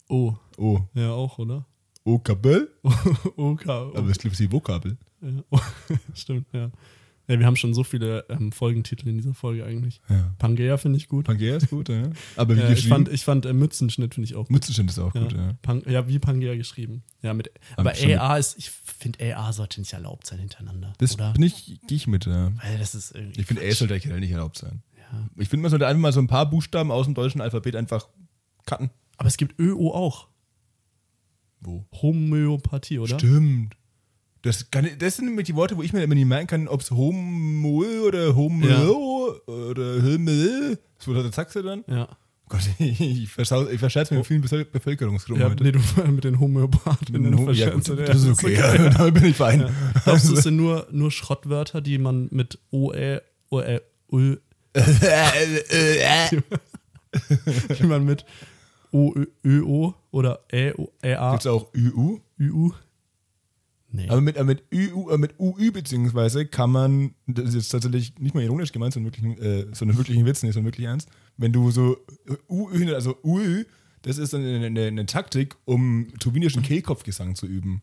O. Oh, Ja, auch, oder? (laughs) oh, Kabel? OK. O. Aber ich glaube, sie Vokabel. Ja. Oh, (laughs) Stimmt, ja. ja. Wir haben schon so viele ähm, Folgentitel in dieser Folge eigentlich. Ja. Pangea finde ich gut. Pangea ist gut, ja. Aber wie Äh, ich geschrieben, fand, ich fand äh, Mützenschnitt finde ich auch gut. Mützenstand ist auch Ja. gut, ja. Pan, ja, wie Pangea geschrieben. Ja, mit, aber schon mit- EA ist, ich finde, AA sollte nicht erlaubt sein hintereinander. Das oder? bin ich, gehe ich mit, ja. Weil das ist irgendwie. Ich finde, A sollte generell nicht erlaubt sein. ja. Ich finde, man sollte einfach mal so ein paar Buchstaben aus dem deutschen Alphabet einfach cutten. Aber es gibt ÖO auch. Wo? Homöopathie, oder? Stimmt. Das, kann, das sind nämlich die Worte, wo ich mir immer nicht merken kann, ob es Homo oder Homo Ja. oder Himmel. Das wurde der Sachse dann. Ja. Gott, (laughs) ich, versau- ich verscherze mir mit vielen Bevöl- Bevölkerungsgruppen ja heute. nee, du (laughs) mit den Homöopathen. No, ja, gut, verscherzt du dir. das ist (laughs) (laughs) okay. Ja, damit bin ich fein. Glaubst du, es sind nur, nur Schrottwörter, die man mit E, OE, OE, Ö, (laughs) (laughs) die man mit O, Ö, Ö, O oder Ä, O, Ä, A, Gibt es auch UU? Ü, U? Nee. Aber mit, aber mit UU, äh, mit UÜ beziehungsweise kann man, das ist jetzt tatsächlich nicht mal ironisch gemeint, sondern wirklich, äh, sondern wirklich ein Witz, nicht sondern wirklich ernst, wenn du so äh, UÜ, also UÜ, das ist dann eine, eine, eine Taktik, um tuwinischen Kehlkopfgesang zu üben.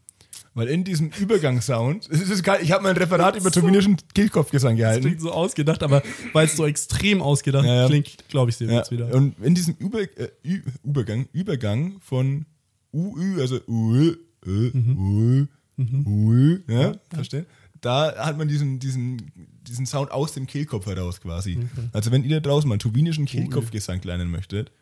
Weil in diesem Übergangssound, (laughs) es ist geil, ich habe mal ein Referat über tuwinischen Kehlkopfgesang Das gehalten. klingt so ausgedacht, aber weil es so extrem ausgedacht Ja, ja. klingt, glaube ich dir Ja, jetzt wieder. Und in diesem Über, äh, Ü- Übergang, Übergang von UÜ, also UÜ, äh, UÜ, UÜ, Mhm. ja, verstehen? Da hat man diesen, diesen, diesen Sound aus dem Kehlkopf heraus quasi. Also wenn ihr da draußen mal einen tuwinischen Kehlkopfgesang lernen möchtet,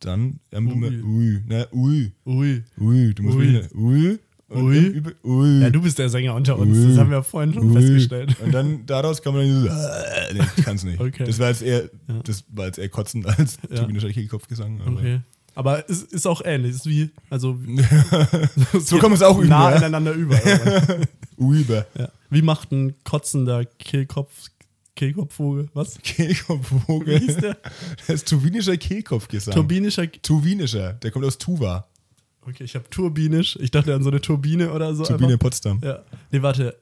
dann ähm, immer UÜ, ne, UÜ, Ui. UÜ, du musst Ui. wieder UÜ und Ui. dann über- UÜ. Ja, du bist der Sänger unter uns, das haben wir vorhin schon Ui. festgestellt. Und dann daraus kann man dann so, äh, nee, ich kann's nicht. Okay. Das war jetzt eher, das war jetzt eher kotzen als Ja. tuwinischer Kehlkopfgesang. aber- Okay. Aber es ist auch ähnlich, es ist wie, (laughs) also So kann man es auch üben. nah Ja. ineinander über. irgendwann. Über. ja. Wie macht ein kotzender Kehlkopf, Kehlkopfvogel, was? Wie Kehlkopfvogel. hieß (laughs) der? Das ist tuwinischer Kehlkopfgesang. Turbinischer, Tuwinischer. Der kommt aus Tuva. okay, ich habe turbinisch, ich dachte an so eine Turbine oder so. Turbine einfach. Potsdam. Ja. Nee, warte.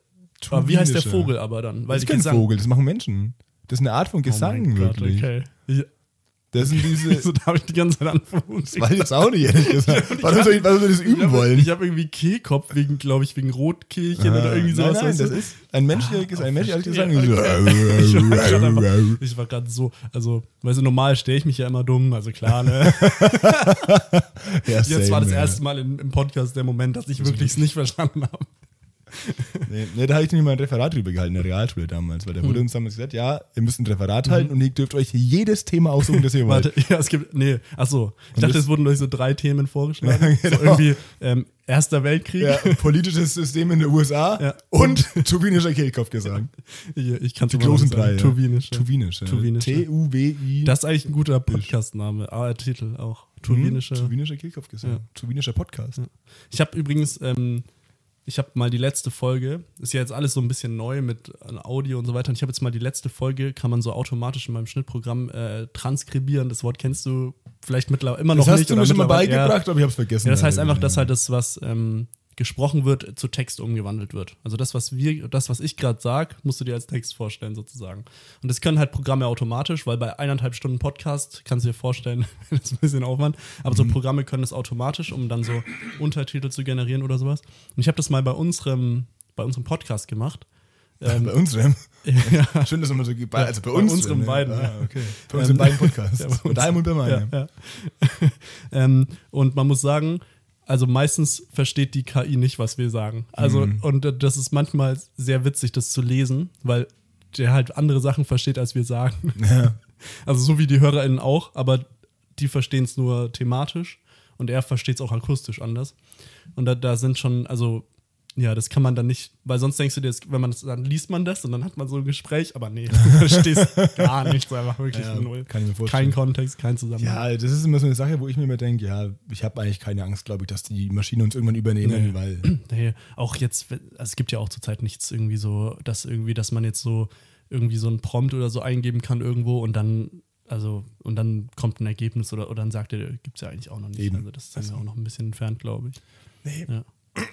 Aber wie heißt der Turbinischer. Vogel aber dann? Weil die Das ist kein Gesang- Vogel, das machen Menschen. Das ist eine Art von Oh mein Gesang, Gott, wirklich. okay. (laughs) Ich, Das sind diese. Wieso darf (laughs) ich die ganze Zeit anfangen? Weil jetzt auch nicht, ehrlich gesagt. Warum soll ich, warum soll ich das üben ich hab- wollen? Ah, Ich habe irgendwie Kehlkopf wegen, glaube ich, wegen Rotkehlchen oder irgendwie sowas. Nein, nein, weißt du? Ah, das ist ein menschliches, ein menschliches verstehe, Gesang. (laughs) Ich war grad einfach- ich war gerade so, also, weißt du, normal stelle ich mich ja immer dumm, also klar, (laughs) ne? Ja, Jetzt war das same, ja. erste Mal im, im Podcast der Moment, dass ich wirklich es nicht verstanden habe. Nee, nee, da habe ich nämlich mal ein Referat drüber gehalten in der Realschule damals, weil da Hm. wurde uns damals gesagt, ja, ihr müsst ein Referat halten und ihr dürft euch jedes Thema aussuchen, das ihr wollt. Warte, (laughs) ja, es gibt, nee, achso, ich dachte, das- es wurden euch so drei Themen vorgeschlagen. (laughs) Ja, so genau. irgendwie ähm, Erster Weltkrieg, Ja, politisches System in den USA Ja. und tuwinischer Kehlkopfgesang. Hier, ich kann es Die großen drei. Ja. Turbinisch. ja. Tuwinisch. ja. Tuwinisch, ja. T-U-W-I. Das ist eigentlich ein guter Podcast-Name, aber Titel auch. Mhm. Hm? Turbinische. Tuwinischer Kehlkopfgesang. Tuwinischer Podcast. Ich habe übrigens, ähm, ich habe mal die letzte Folge, ist ja jetzt alles so ein bisschen neu mit äh, Audio und so weiter. Und ich habe jetzt mal die letzte Folge, kann man so automatisch in meinem Schnittprogramm äh, transkribieren. Das Wort kennst du vielleicht mittlerweile immer noch Das hast nicht. du mir oder schon mal mittlerweile- beigebracht, Ja. aber ich habe es vergessen. Ja, das heißt Alter. einfach, dass halt das, was ähm, gesprochen wird, zu Text umgewandelt wird. Also das, was wir, das, was ich gerade sage, musst du dir als Text vorstellen, sozusagen. Und das können halt Programme automatisch, weil bei eineinhalb Stunden Podcast kannst du dir vorstellen, (laughs) das ist ein bisschen Aufwand. Aber so Programme können das automatisch, um dann so Untertitel zu generieren oder sowas. Und ich habe das mal bei unserem, bei unserem Podcast gemacht. Ähm, (laughs) (laughs) Bei unserem. ja, Schön, dass immer so. ge- Also bei, bei uns. unseren beiden, Ah, ja. okay. (laughs) Bei unseren Ähm, beiden (laughs) Podcasts. ja, bei bei deinem und bei meinem. Ja, ja. (laughs) ähm, und man muss sagen, also meistens versteht die KI nicht, was wir sagen. Also, Mhm. und das ist manchmal sehr witzig, das zu lesen, weil der halt andere Sachen versteht, als wir sagen. Also so wie die HörerInnen auch, aber die verstehen es nur thematisch und er versteht es auch akustisch anders. Und da, da sind schon, also ja, das kann man dann nicht, weil sonst denkst du dir, jetzt, wenn man das, dann liest man das und dann hat man so ein Gespräch, aber nee, du (laughs) verstehst gar nichts, einfach wirklich Ja, null. kann ich mir vorstellen. Kein Kontext, kein Zusammenhang. Ja, also das ist immer so eine Sache, wo ich mir immer denke, ja, ich habe eigentlich keine Angst, glaube ich, dass die Maschinen uns irgendwann übernehmen, Nee. weil (clears throat) Nee, auch jetzt, wenn- also es gibt ja auch zurzeit nichts irgendwie so, dass irgendwie, dass man jetzt so irgendwie so ein Prompt oder so eingeben kann irgendwo und dann, also, und dann kommt ein Ergebnis oder, oder dann sagt er, gibt es ja eigentlich auch noch nicht. Eben. Also das ist dann ja auch noch ein bisschen entfernt, glaube ich. Nee. Ja. (laughs)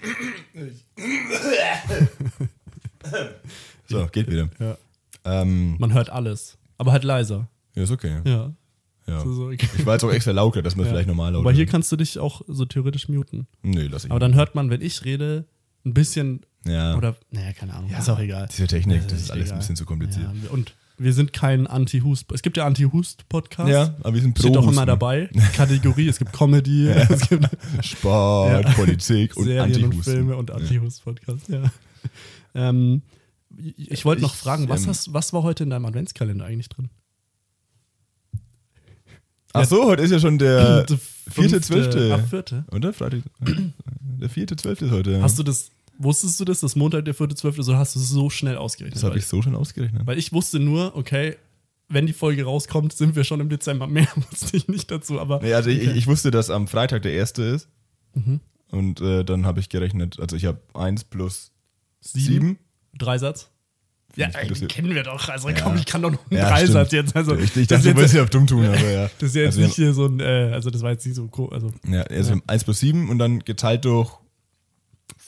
So, geht wieder. Ja. Ähm, Man hört alles, aber halt leiser. ja, ist okay. Ja. Ja. So, so, okay. Ich war jetzt auch extra lauter, dass man Ja. vielleicht normal lauter Aber hier wird. kannst du dich auch so theoretisch muten. Nee, lass ich. Aber dann hört man, wenn ich rede, ein bisschen ja. oder, naja, keine Ahnung, ist auch egal. Diese Technik, Ist das ist echt alles egal. ein bisschen zu kompliziert. Ja, und wir sind kein Anti-Hust. Es gibt ja Anti-Hust-Podcasts. Ja, aber wir sind ne? pro Steht auch immer Husten. (laughs) dabei. Kategorie, es gibt Comedy, (laughs) es gibt Sport, Ja. Politik (laughs) und Serien und Antihusten. Filme und Anti-Hust-Podcasts, ja. Ähm, ich ich wollte noch Ich, fragen, was, ähm, hast, was war heute in deinem Adventskalender eigentlich drin? Ach so, heute ist ja schon (clears throat) der Die Äh, vierte, fünfte- zwölfte. Ach, vierte. (clears throat) Oder? Freitag. Der vierte, zwölfte ist heute. Hast du das Wusstest du das, dass Montag der 4.12. so hast du es so schnell ausgerechnet? Das habe ich so schon ausgerechnet. Weil ich wusste nur, okay, wenn die Folge rauskommt, sind wir schon im Dezember. (laughs) Mehr wusste ich nicht dazu, aber. Nee, also ich, ich wusste, dass am Freitag der erste ist. Mhm. Und äh, dann habe ich gerechnet, also ich habe 1 plus Sieben? 7. Dreisatz? Ja, ich ein den bisschen- kennen wir doch. Also Ja. komm, ich kann doch noch einen Dreisatz jetzt. Also, ich, ich das dachte, ist du jetzt, wolltest ja auf dumm tun, aber ja. (laughs) das ist ja jetzt also, nicht hier so ein, äh, also das war jetzt nicht so, ko- also, Ja, also 1 plus 7 und dann geteilt durch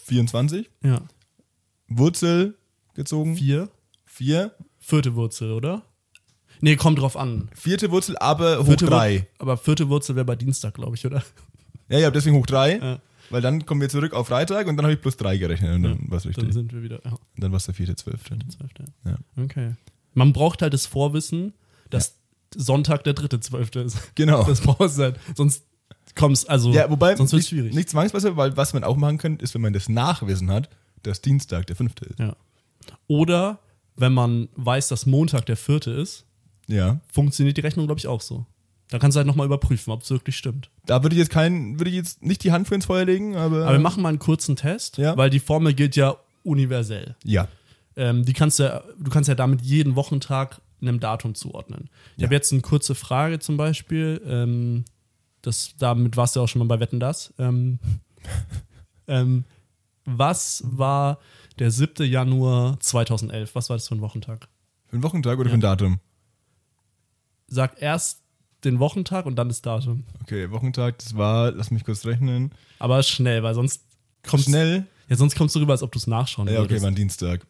24. ja. Wurzel gezogen. Vier, 4. vierte Wurzel, oder? Nee, kommt drauf an. Vierte Wurzel, aber hoch Vierte Wur- 3. Aber vierte Wurzel wäre bei Dienstag, glaube ich, oder? Ja, ja, deswegen hoch 3. Ja. Weil dann kommen wir zurück auf Freitag und dann habe ich plus 3 gerechnet und dann war es richtig. Dann sind wir wieder. Ja, Und dann war es der vierte, zwölfte. Zwölfte. Ja. Okay. Man braucht halt das Vorwissen, dass Sonntag der dritte Zwölfte ist. Genau. Das brauchst du halt. Sonst kommst also. Ja, wobei, sonst wird nicht, es schwierig. nicht zwangsweise, weil was man auch machen könnte, ist, wenn man das Nachwissen hat, dass Dienstag der fünfte ist. Ja. Oder wenn man weiß, dass Montag der vierte ist, Ja. funktioniert die Rechnung, glaube ich, auch so. Da kannst du halt nochmal überprüfen, ob es wirklich stimmt. Da würde ich jetzt keinen, würde ich jetzt nicht die Hand für ins Feuer legen, aber. Aber wir machen mal einen kurzen Test, Ähm. Ja. weil die Formel gilt ja universell. ja. Ähm, die kannst du, ja- du kannst ja damit jeden Wochentag einem Datum zuordnen. Ich Ja. habe jetzt eine kurze Frage zum Beispiel. Ähm, das, damit warst du auch schon mal bei Wetten das. (laughs) Ähm, ähm, was war der 7. Januar 2011? Was war das für ein Wochentag? Für einen Wochentag oder für ein Datum? Sag erst den Wochentag und dann das Datum. Okay, Wochentag, das war, lass mich kurz rechnen. Aber schnell, weil sonst kommst, Schnell. Ja, sonst kommst du rüber, als ob du es nachschauen Ja, okay, würdest. war ein Dienstag.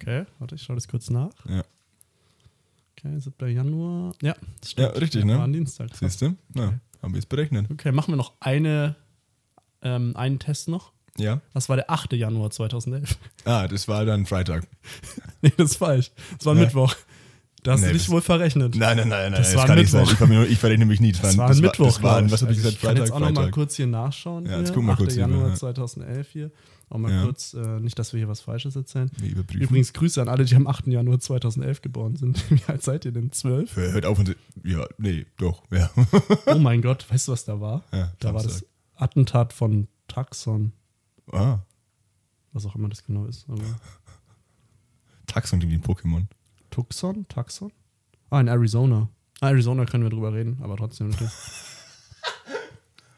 Okay, warte, ich schaue das kurz nach. Ja. Okay, 7. Januar. Ja, das Ja, stimmt. richtig, War ne? am Dienstag. Siehst du? Na, haben wir es berechnet. Okay, machen wir noch eine, ähm, einen Test noch. Ja. Das war der 8. Januar 2011. Ah, das war dann Freitag. (laughs) nee, das ist falsch. Das war Ja. Mittwoch. Da hast Nee, du dich das- wohl verrechnet. Nein, nein, nein, nein. Das war ein nicht sein. Mittwoch. Ich, ver- ich verrechne mich nie. Das war ein das Mittwoch. das war ein- glaub was habe ich Also gesagt? Ich kann Freitag, jetzt auch noch mal Freitag. kurz hier nachschauen. Ja, jetzt hier. gucken wir 8. kurz hier, Januar ja. 2011 hier. Auch mal Ja. kurz, äh, nicht, dass wir hier was Falsches erzählen. Wir überprüfen. Übrigens Grüße an alle, die am 8. Januar 2011 geboren sind. (laughs) Wie alt seid ihr denn? 12? Hört auf und. Ja, nee, doch. Ja. Oh mein Gott, weißt du, was da war? Ja, da war das Samstag. Attentat von Tucson, ah, was auch immer das genau ist. Aber Taxon klingt wie ein Pokémon. Tucson? Tucson? Ah, in Arizona. Ah, Arizona können wir drüber reden, aber trotzdem (laughs) natürlich.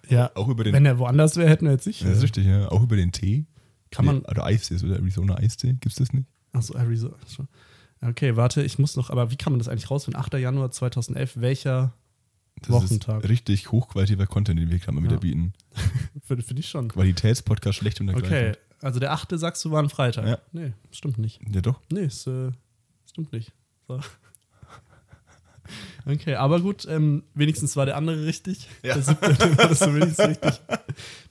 ja, Auch über den. wenn er woanders wäre, hätten wir jetzt sicher. das ist richtig, ja. Auch über den Tee. Kann man, Nee, oder Eistee, oder Arizona Eistee. Gibt's das nicht? Achso, Arizona. schon. Okay, warte, ich muss noch, aber wie kann man das eigentlich rausfinden? 8. Januar 2011, welcher Das Wochentag? ist richtig hochqualitativer Content, den wir gerade mal wieder Ja. bieten. Für, für dich schon. Qualitätspodcast schlecht und Okay, ergreifend. also der 8. sagst du war ein Freitag. Ja. Nee, stimmt nicht. Ja, doch. Nee, es, äh, stimmt nicht. So. (laughs) Okay, aber gut, ähm, wenigstens war der andere richtig. Ja. Der siebte, (laughs) den hattest du wenigstens richtig.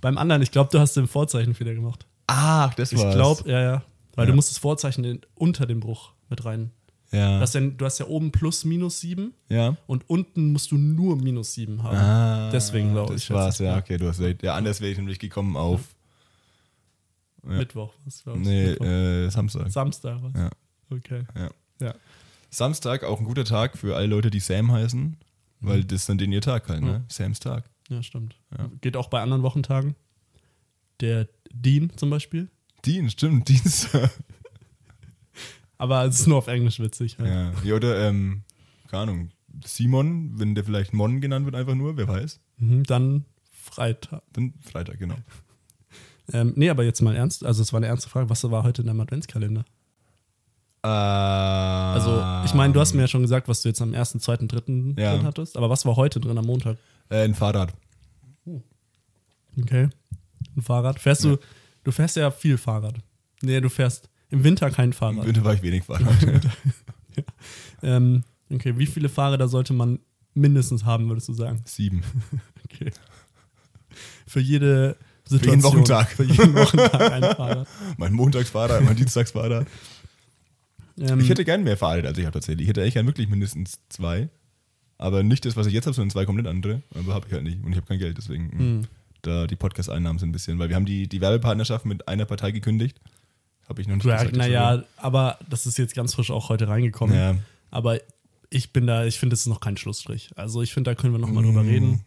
Beim anderen, ich glaube, du hast den Vorzeichenfehler gemacht. Ach, das Ich war's. glaube, ja, ja. Weil du Ja. musst das Vorzeichen in, unter dem Bruch mit rein. Ja. Du hast, ja, du hast ja oben plus minus sieben ja. und unten musst du nur minus sieben haben. Ah, Deswegen glaube ich. Das war's, ja, okay, du hast recht. Ja, anders wäre ich nämlich gekommen auf. ja. Mittwoch, was glaubst Nee, Mittwoch. äh, Samstag. Samstag, was? Ja. Okay. Ja. Ja. Samstag, auch ein guter Tag für alle Leute, die Sam heißen, weil das dann den ihr Tag halt, ne? Sams Tag. Mhm. Ja, stimmt. Ja. Geht auch bei anderen Wochentagen. Der Dean zum Beispiel. Dien, stimmt, (laughs) Dienstag. Aber es ist nur auf Englisch witzig. Halt. ja. ja, oder, ähm, keine Ahnung, Simon, wenn der vielleicht Mon genannt wird, einfach nur, wer weiß. Mhm, dann Freitag. Dann Freitag, genau. Ähm, nee, aber jetzt mal ernst. Also, es war eine ernste Frage. Was war heute in deinem Adventskalender? Also, ich meine, du hast mir ja schon gesagt, was du jetzt am 1., 2., 3. Ah. Ja. drin hattest. Aber was war heute drin am Montag? Äh, ein Fahrrad. Okay. Ein Fahrrad. Fährst du. Du fährst ja viel Fahrrad. Nee, du fährst im Winter kein Im Fahrrad. Winter war ich wenig Fahrrad. (laughs) Ähm, okay, wie viele Fahrräder sollte man mindestens haben, würdest du sagen? Sieben. (laughs) Okay. Für jede Situation. Wochentag. (laughs) Für jeden Wochentag ein Fahrrad. Mein Montagsfahrrad, mein Dienstagsfahrrad. Ähm, Ich hätte gern mehr Fahrräder, als ich habe tatsächlich. Ich hätte eigentlich gern wirklich mindestens zwei. Aber nicht das, was ich jetzt habe, sondern zwei komplett andere. Aber habe ich halt nicht. Und ich habe kein Geld, deswegen. mh, Hm. Da die Podcast-Einnahmen sind ein bisschen. Weil wir haben die, die Werbepartnerschaft mit einer Partei gekündigt. Habe ich noch nicht Ja, gesagt, sorry. naja, aber das ist jetzt ganz frisch auch heute reingekommen. Ja. Aber ich bin da, ich finde, das ist noch kein Schlussstrich. Also ich finde, da können wir noch mal drüber reden.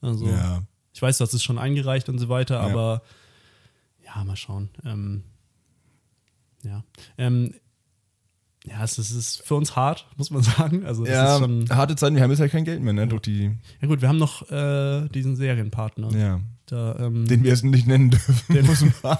Also Mm, Ja. ich weiß, das ist schon eingereicht und so weiter, aber ja, mal schauen. Ähm, ja. Ähm, ja, es ist, es ist für uns hart, (laughs) muss man sagen. Also, das Ja, ist schon. harte Zeiten, wir haben jetzt halt kein Geld mehr, ne? Durch die, Ja, gut, wir haben noch äh, diesen Serienpartner. ja. Da, ähm, Den wir es nicht nennen dürfen, den muss man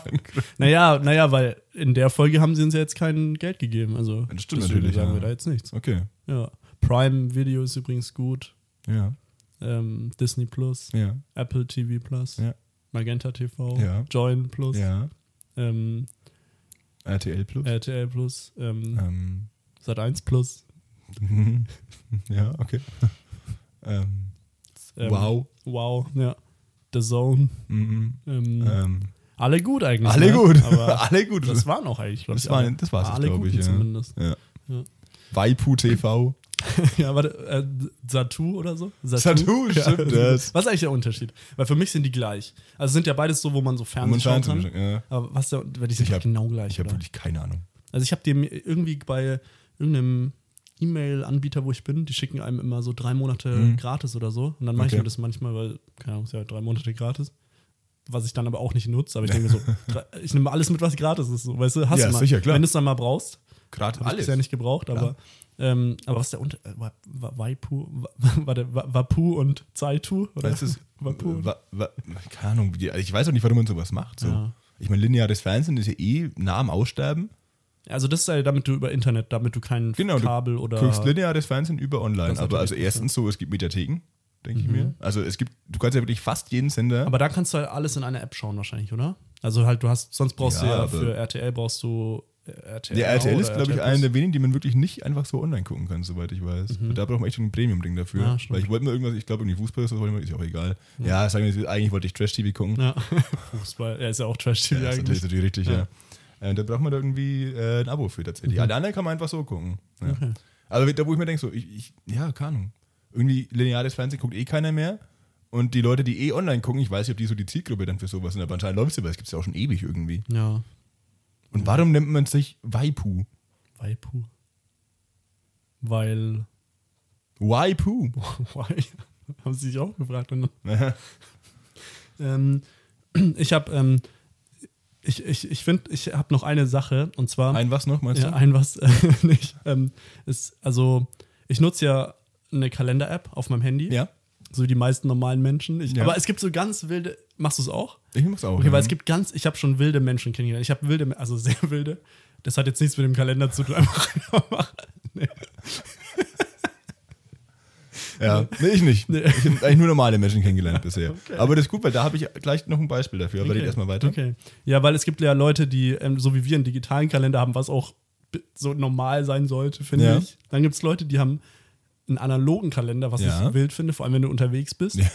naja, naja, weil in der Folge haben sie uns ja jetzt kein Geld gegeben. Also, Das stimmt deswegen natürlich, Sagen ja. wir da jetzt nichts. (laughs) Okay, Ja. Prime Video ist übrigens gut. ja, Ähm, Disney Plus, ja, Apple TV Plus, Ja. Magenta TV, Ja. Join Plus, ja. ähm, RTL Plus. RTL Plus, ähm, Ähm, (laughs) Sat1 Plus. ja, okay. (laughs) ähm, Ähm, wow. Wow, ja. The Zone. Mhm. Ähm, Ähm, alle gut eigentlich. alle ne? gut, Aber (laughs) alle gut. das waren auch eigentlich, glaube Das ich. waren- alle- das war's jetzt, Alle glaub guten ich, ja. zumindest. (laughs) ja. Ja. Waipu TV. ja, warte, äh, Satu oder so? Satu, stimmt das. (laughs) Was ist eigentlich der Unterschied? Weil für mich sind die gleich. Also sind ja beides so, wo man so Fernsehen Man schauen schaut kann. zum- ja. Aber was der, die sind Ich doch hab- genau gleich, Ich habe oder? wirklich keine Ahnung. Also ich habe dem irgendwie bei irgendeinem E-Mail-Anbieter, wo ich bin, die schicken einem immer so drei Monate gratis oder so. Und dann mache Mhm. Okay. ich mir das manchmal, weil, keine Ahnung, ist ja drei Monate gratis. Was ich dann aber auch nicht nutze, aber ich (laughs) denke so, drei- ich nehme alles mit, was gratis ist. So. Weißt du, hast Ja, du mal. sicher, klar. Wenn du es dann mal brauchst, Gerade habe ich bisher nicht gebraucht, aber, ähm, aber was ist der Unter... Äh, Wa- Wa- Waipu, Wa- (laughs) war der Wa- Wapu und Zaitu? Oder (laughs) Das ist, Wapu? und- wa, wa, keine Ahnung, wie die- also ich weiß auch nicht, warum man sowas macht. So. Ja. Ich meine, lineares Fernsehen ist ja eh nah am Aussterben. Also das ist ja, damit du über Internet, damit du kein Genau, du Kabel oder... guckst lineares Fernsehen über online. Das Aber natürlich Mhm. also erstens so, es gibt Mediatheken, denke ich mir. Also es gibt, du kannst ja wirklich fast jeden Sender. Aber da kannst du halt alles in einer App schauen wahrscheinlich, oder? Also halt, du hast, sonst brauchst Ja, du ja aber- für RTL brauchst du äh, RTL. der Now RTL ist, oder glaube ich, RTL+. einer der wenigen, die man wirklich nicht einfach so online gucken kann, soweit ich weiß. Und Da braucht man echt schon ein Premium-Ding dafür. Ja, Mhm. Ah, stimmt. Weil ich wollte mal irgendwas, ich glaube, irgendwie Fußball ist, wollte ich mal, ist ja auch egal. Ja, sagen wir, jetzt, eigentlich wollte ich Trash-TV gucken. Ja, (laughs) Fußball. Er ist ja auch Trash-TV Ja, das ist eigentlich. natürlich, natürlich richtig, Ja. Mhm. ja. Äh, da braucht man da irgendwie äh, ein Abo für tatsächlich. Alle anderen kann man einfach so gucken. Ja. Okay. Aber da, wo ich mir denke, so, ich, ich, ja, keine Ahnung. Irgendwie lineares Fernsehen guckt eh keiner mehr. Und die Leute, die eh online gucken, ich weiß nicht, ob die so die Zielgruppe dann für sowas sind, aber anscheinend läuft es ja, weil es gibt es ja auch schon ewig irgendwie. Ja, Und warum nennt man sich Waipu? Waipu. Weil, (laughs) Waipu? why? (laughs) Haben sie sich auch gefragt. Und, (laughs) ähm, (clears throat) ich habe, ähm, ich, ich, ich finde, ich habe noch eine Sache und zwar... Ein was noch, meinst ja, du? ein was (laughs) äh, nicht. Ähm, ist, also, ich nutze ja eine Kalender-App auf meinem Handy. Ja. So wie die meisten normalen Menschen. Ich, Ja. Aber es gibt so ganz wilde. Machst du es auch? Ich muss auch. Okay, ja. weil es gibt ganz. Ich habe schon wilde Menschen kennengelernt. Ich habe wilde, also (laughs) sehr wilde. Das hat jetzt nichts mit dem Kalender zu tun. (laughs) Einfach nee. Ja, nee, ich nicht. Nee. Ich habe eigentlich nur normale Menschen (laughs) kennengelernt bisher. Okay. Aber das ist gut, weil da habe ich gleich noch ein Beispiel dafür. Aber okay. red erstmal weiter. Okay. Ja, weil es gibt ja Leute, die, ähm, so wie wir, einen digitalen Kalender haben, was auch b- so normal sein sollte, finde Ja. ich. Dann gibt es Leute, die haben einen analogen Kalender, was Ja. ich wild finde, vor allem wenn du unterwegs bist. Ja, (laughs)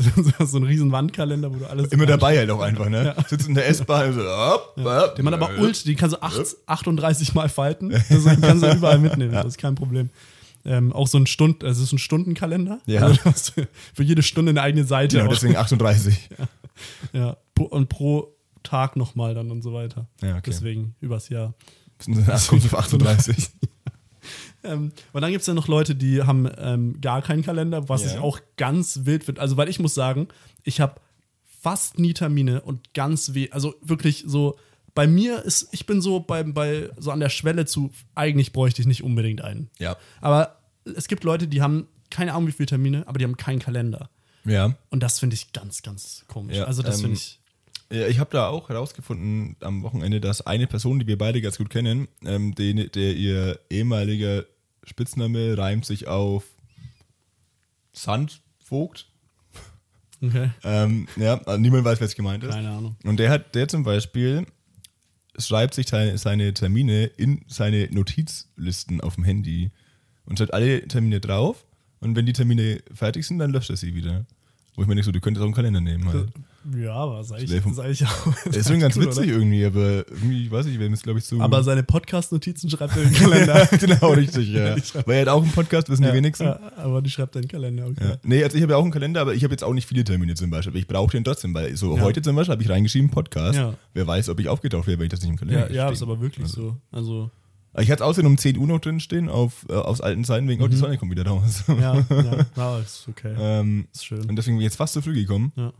(laughs) so, so einen riesen Wandkalender, wo du alles. Immer dabei halt auch einfach, ne? Sitzt in der S-Bahn und so, hopp, hopp. Genau, Den man aber ult, den kannst du acht, 38 Mal (laughs) falten. Also den kannst du überall mitnehmen. Das ist kein Problem. Ähm, auch so ein Stunden, also es ist ein Stundenkalender. Ja. Also (laughs) du hast für jede Stunde eine eigene Seite. Genau, auch. deswegen 38. ja. pro- Und pro Tag nochmal dann und so weiter. Ja, okay. Deswegen übers Jahr. Das kommt auf 38. Ähm, und dann gibt es ja noch Leute, die haben ähm, gar keinen Kalender, was Ja. ich auch ganz wild finde. Also, weil ich muss sagen, ich habe fast nie Termine und ganz weh. Also wirklich so, bei mir ist, ich bin so bei, bei so an der Schwelle zu, eigentlich bräuchte ich nicht unbedingt einen. Ja. Aber es gibt Leute, die haben keine Ahnung, wie viele Termine, aber die haben keinen Kalender. Ja. Und das finde ich ganz, ganz komisch. Ja, also, das ähm, finde ich. Ja, ich habe da auch herausgefunden am Wochenende, dass eine Person, die wir beide ganz gut kennen, ähm, den, der ihr ehemaliger Spitzname reimt sich auf Sandvogt. Okay. Ähm, ja, also niemand weiß, wer es gemeint ist. Keine Ahnung. Und der hat, der zum Beispiel schreibt sich te- seine Termine in seine Notizlisten auf dem Handy und schreibt alle Termine drauf. Und wenn die Termine fertig sind, dann löscht er sie wieder. Wo ich mir denke, so, du könntest auch einen Kalender nehmen. Halt. Ja, aber sag ich, Schnell vom- sag ich auch. (laughs) Das ist schon ganz Cool, witzig irgendwie, aber irgendwie, ich weiß nicht, wir haben jetzt, glaube ich, so. Aber seine Podcast-Notizen schreibt (laughs) er im Kalender. genau, richtig, (laughs) ja. Weil er hat auch einen Podcast, wissen die wenigsten. Ja. Ja, aber die schreibt deinen Kalender, okay. Nee, also ich habe ja auch einen Kalender, aber ich habe jetzt auch nicht viele Termine zum Beispiel. Aber ich brauche den trotzdem, weil so Ja. heute zum Beispiel habe ich reingeschrieben Podcast. Ja. Wer weiß, ob ich aufgetaucht wäre, wenn ich das nicht im Kalender Ja, ja, stehen. ist aber wirklich so. Also, Ich hatte es aussehen um 10 Uhr noch drinstehen auf, äh, aufs alten Seiten wegen, oh, Mhm. die Sonne kommt wieder raus. (laughs) ja, (laughs) ja, ja, ist okay. ähm, Ist schön. und deswegen bin ich jetzt fast zu früh gekommen. Ja.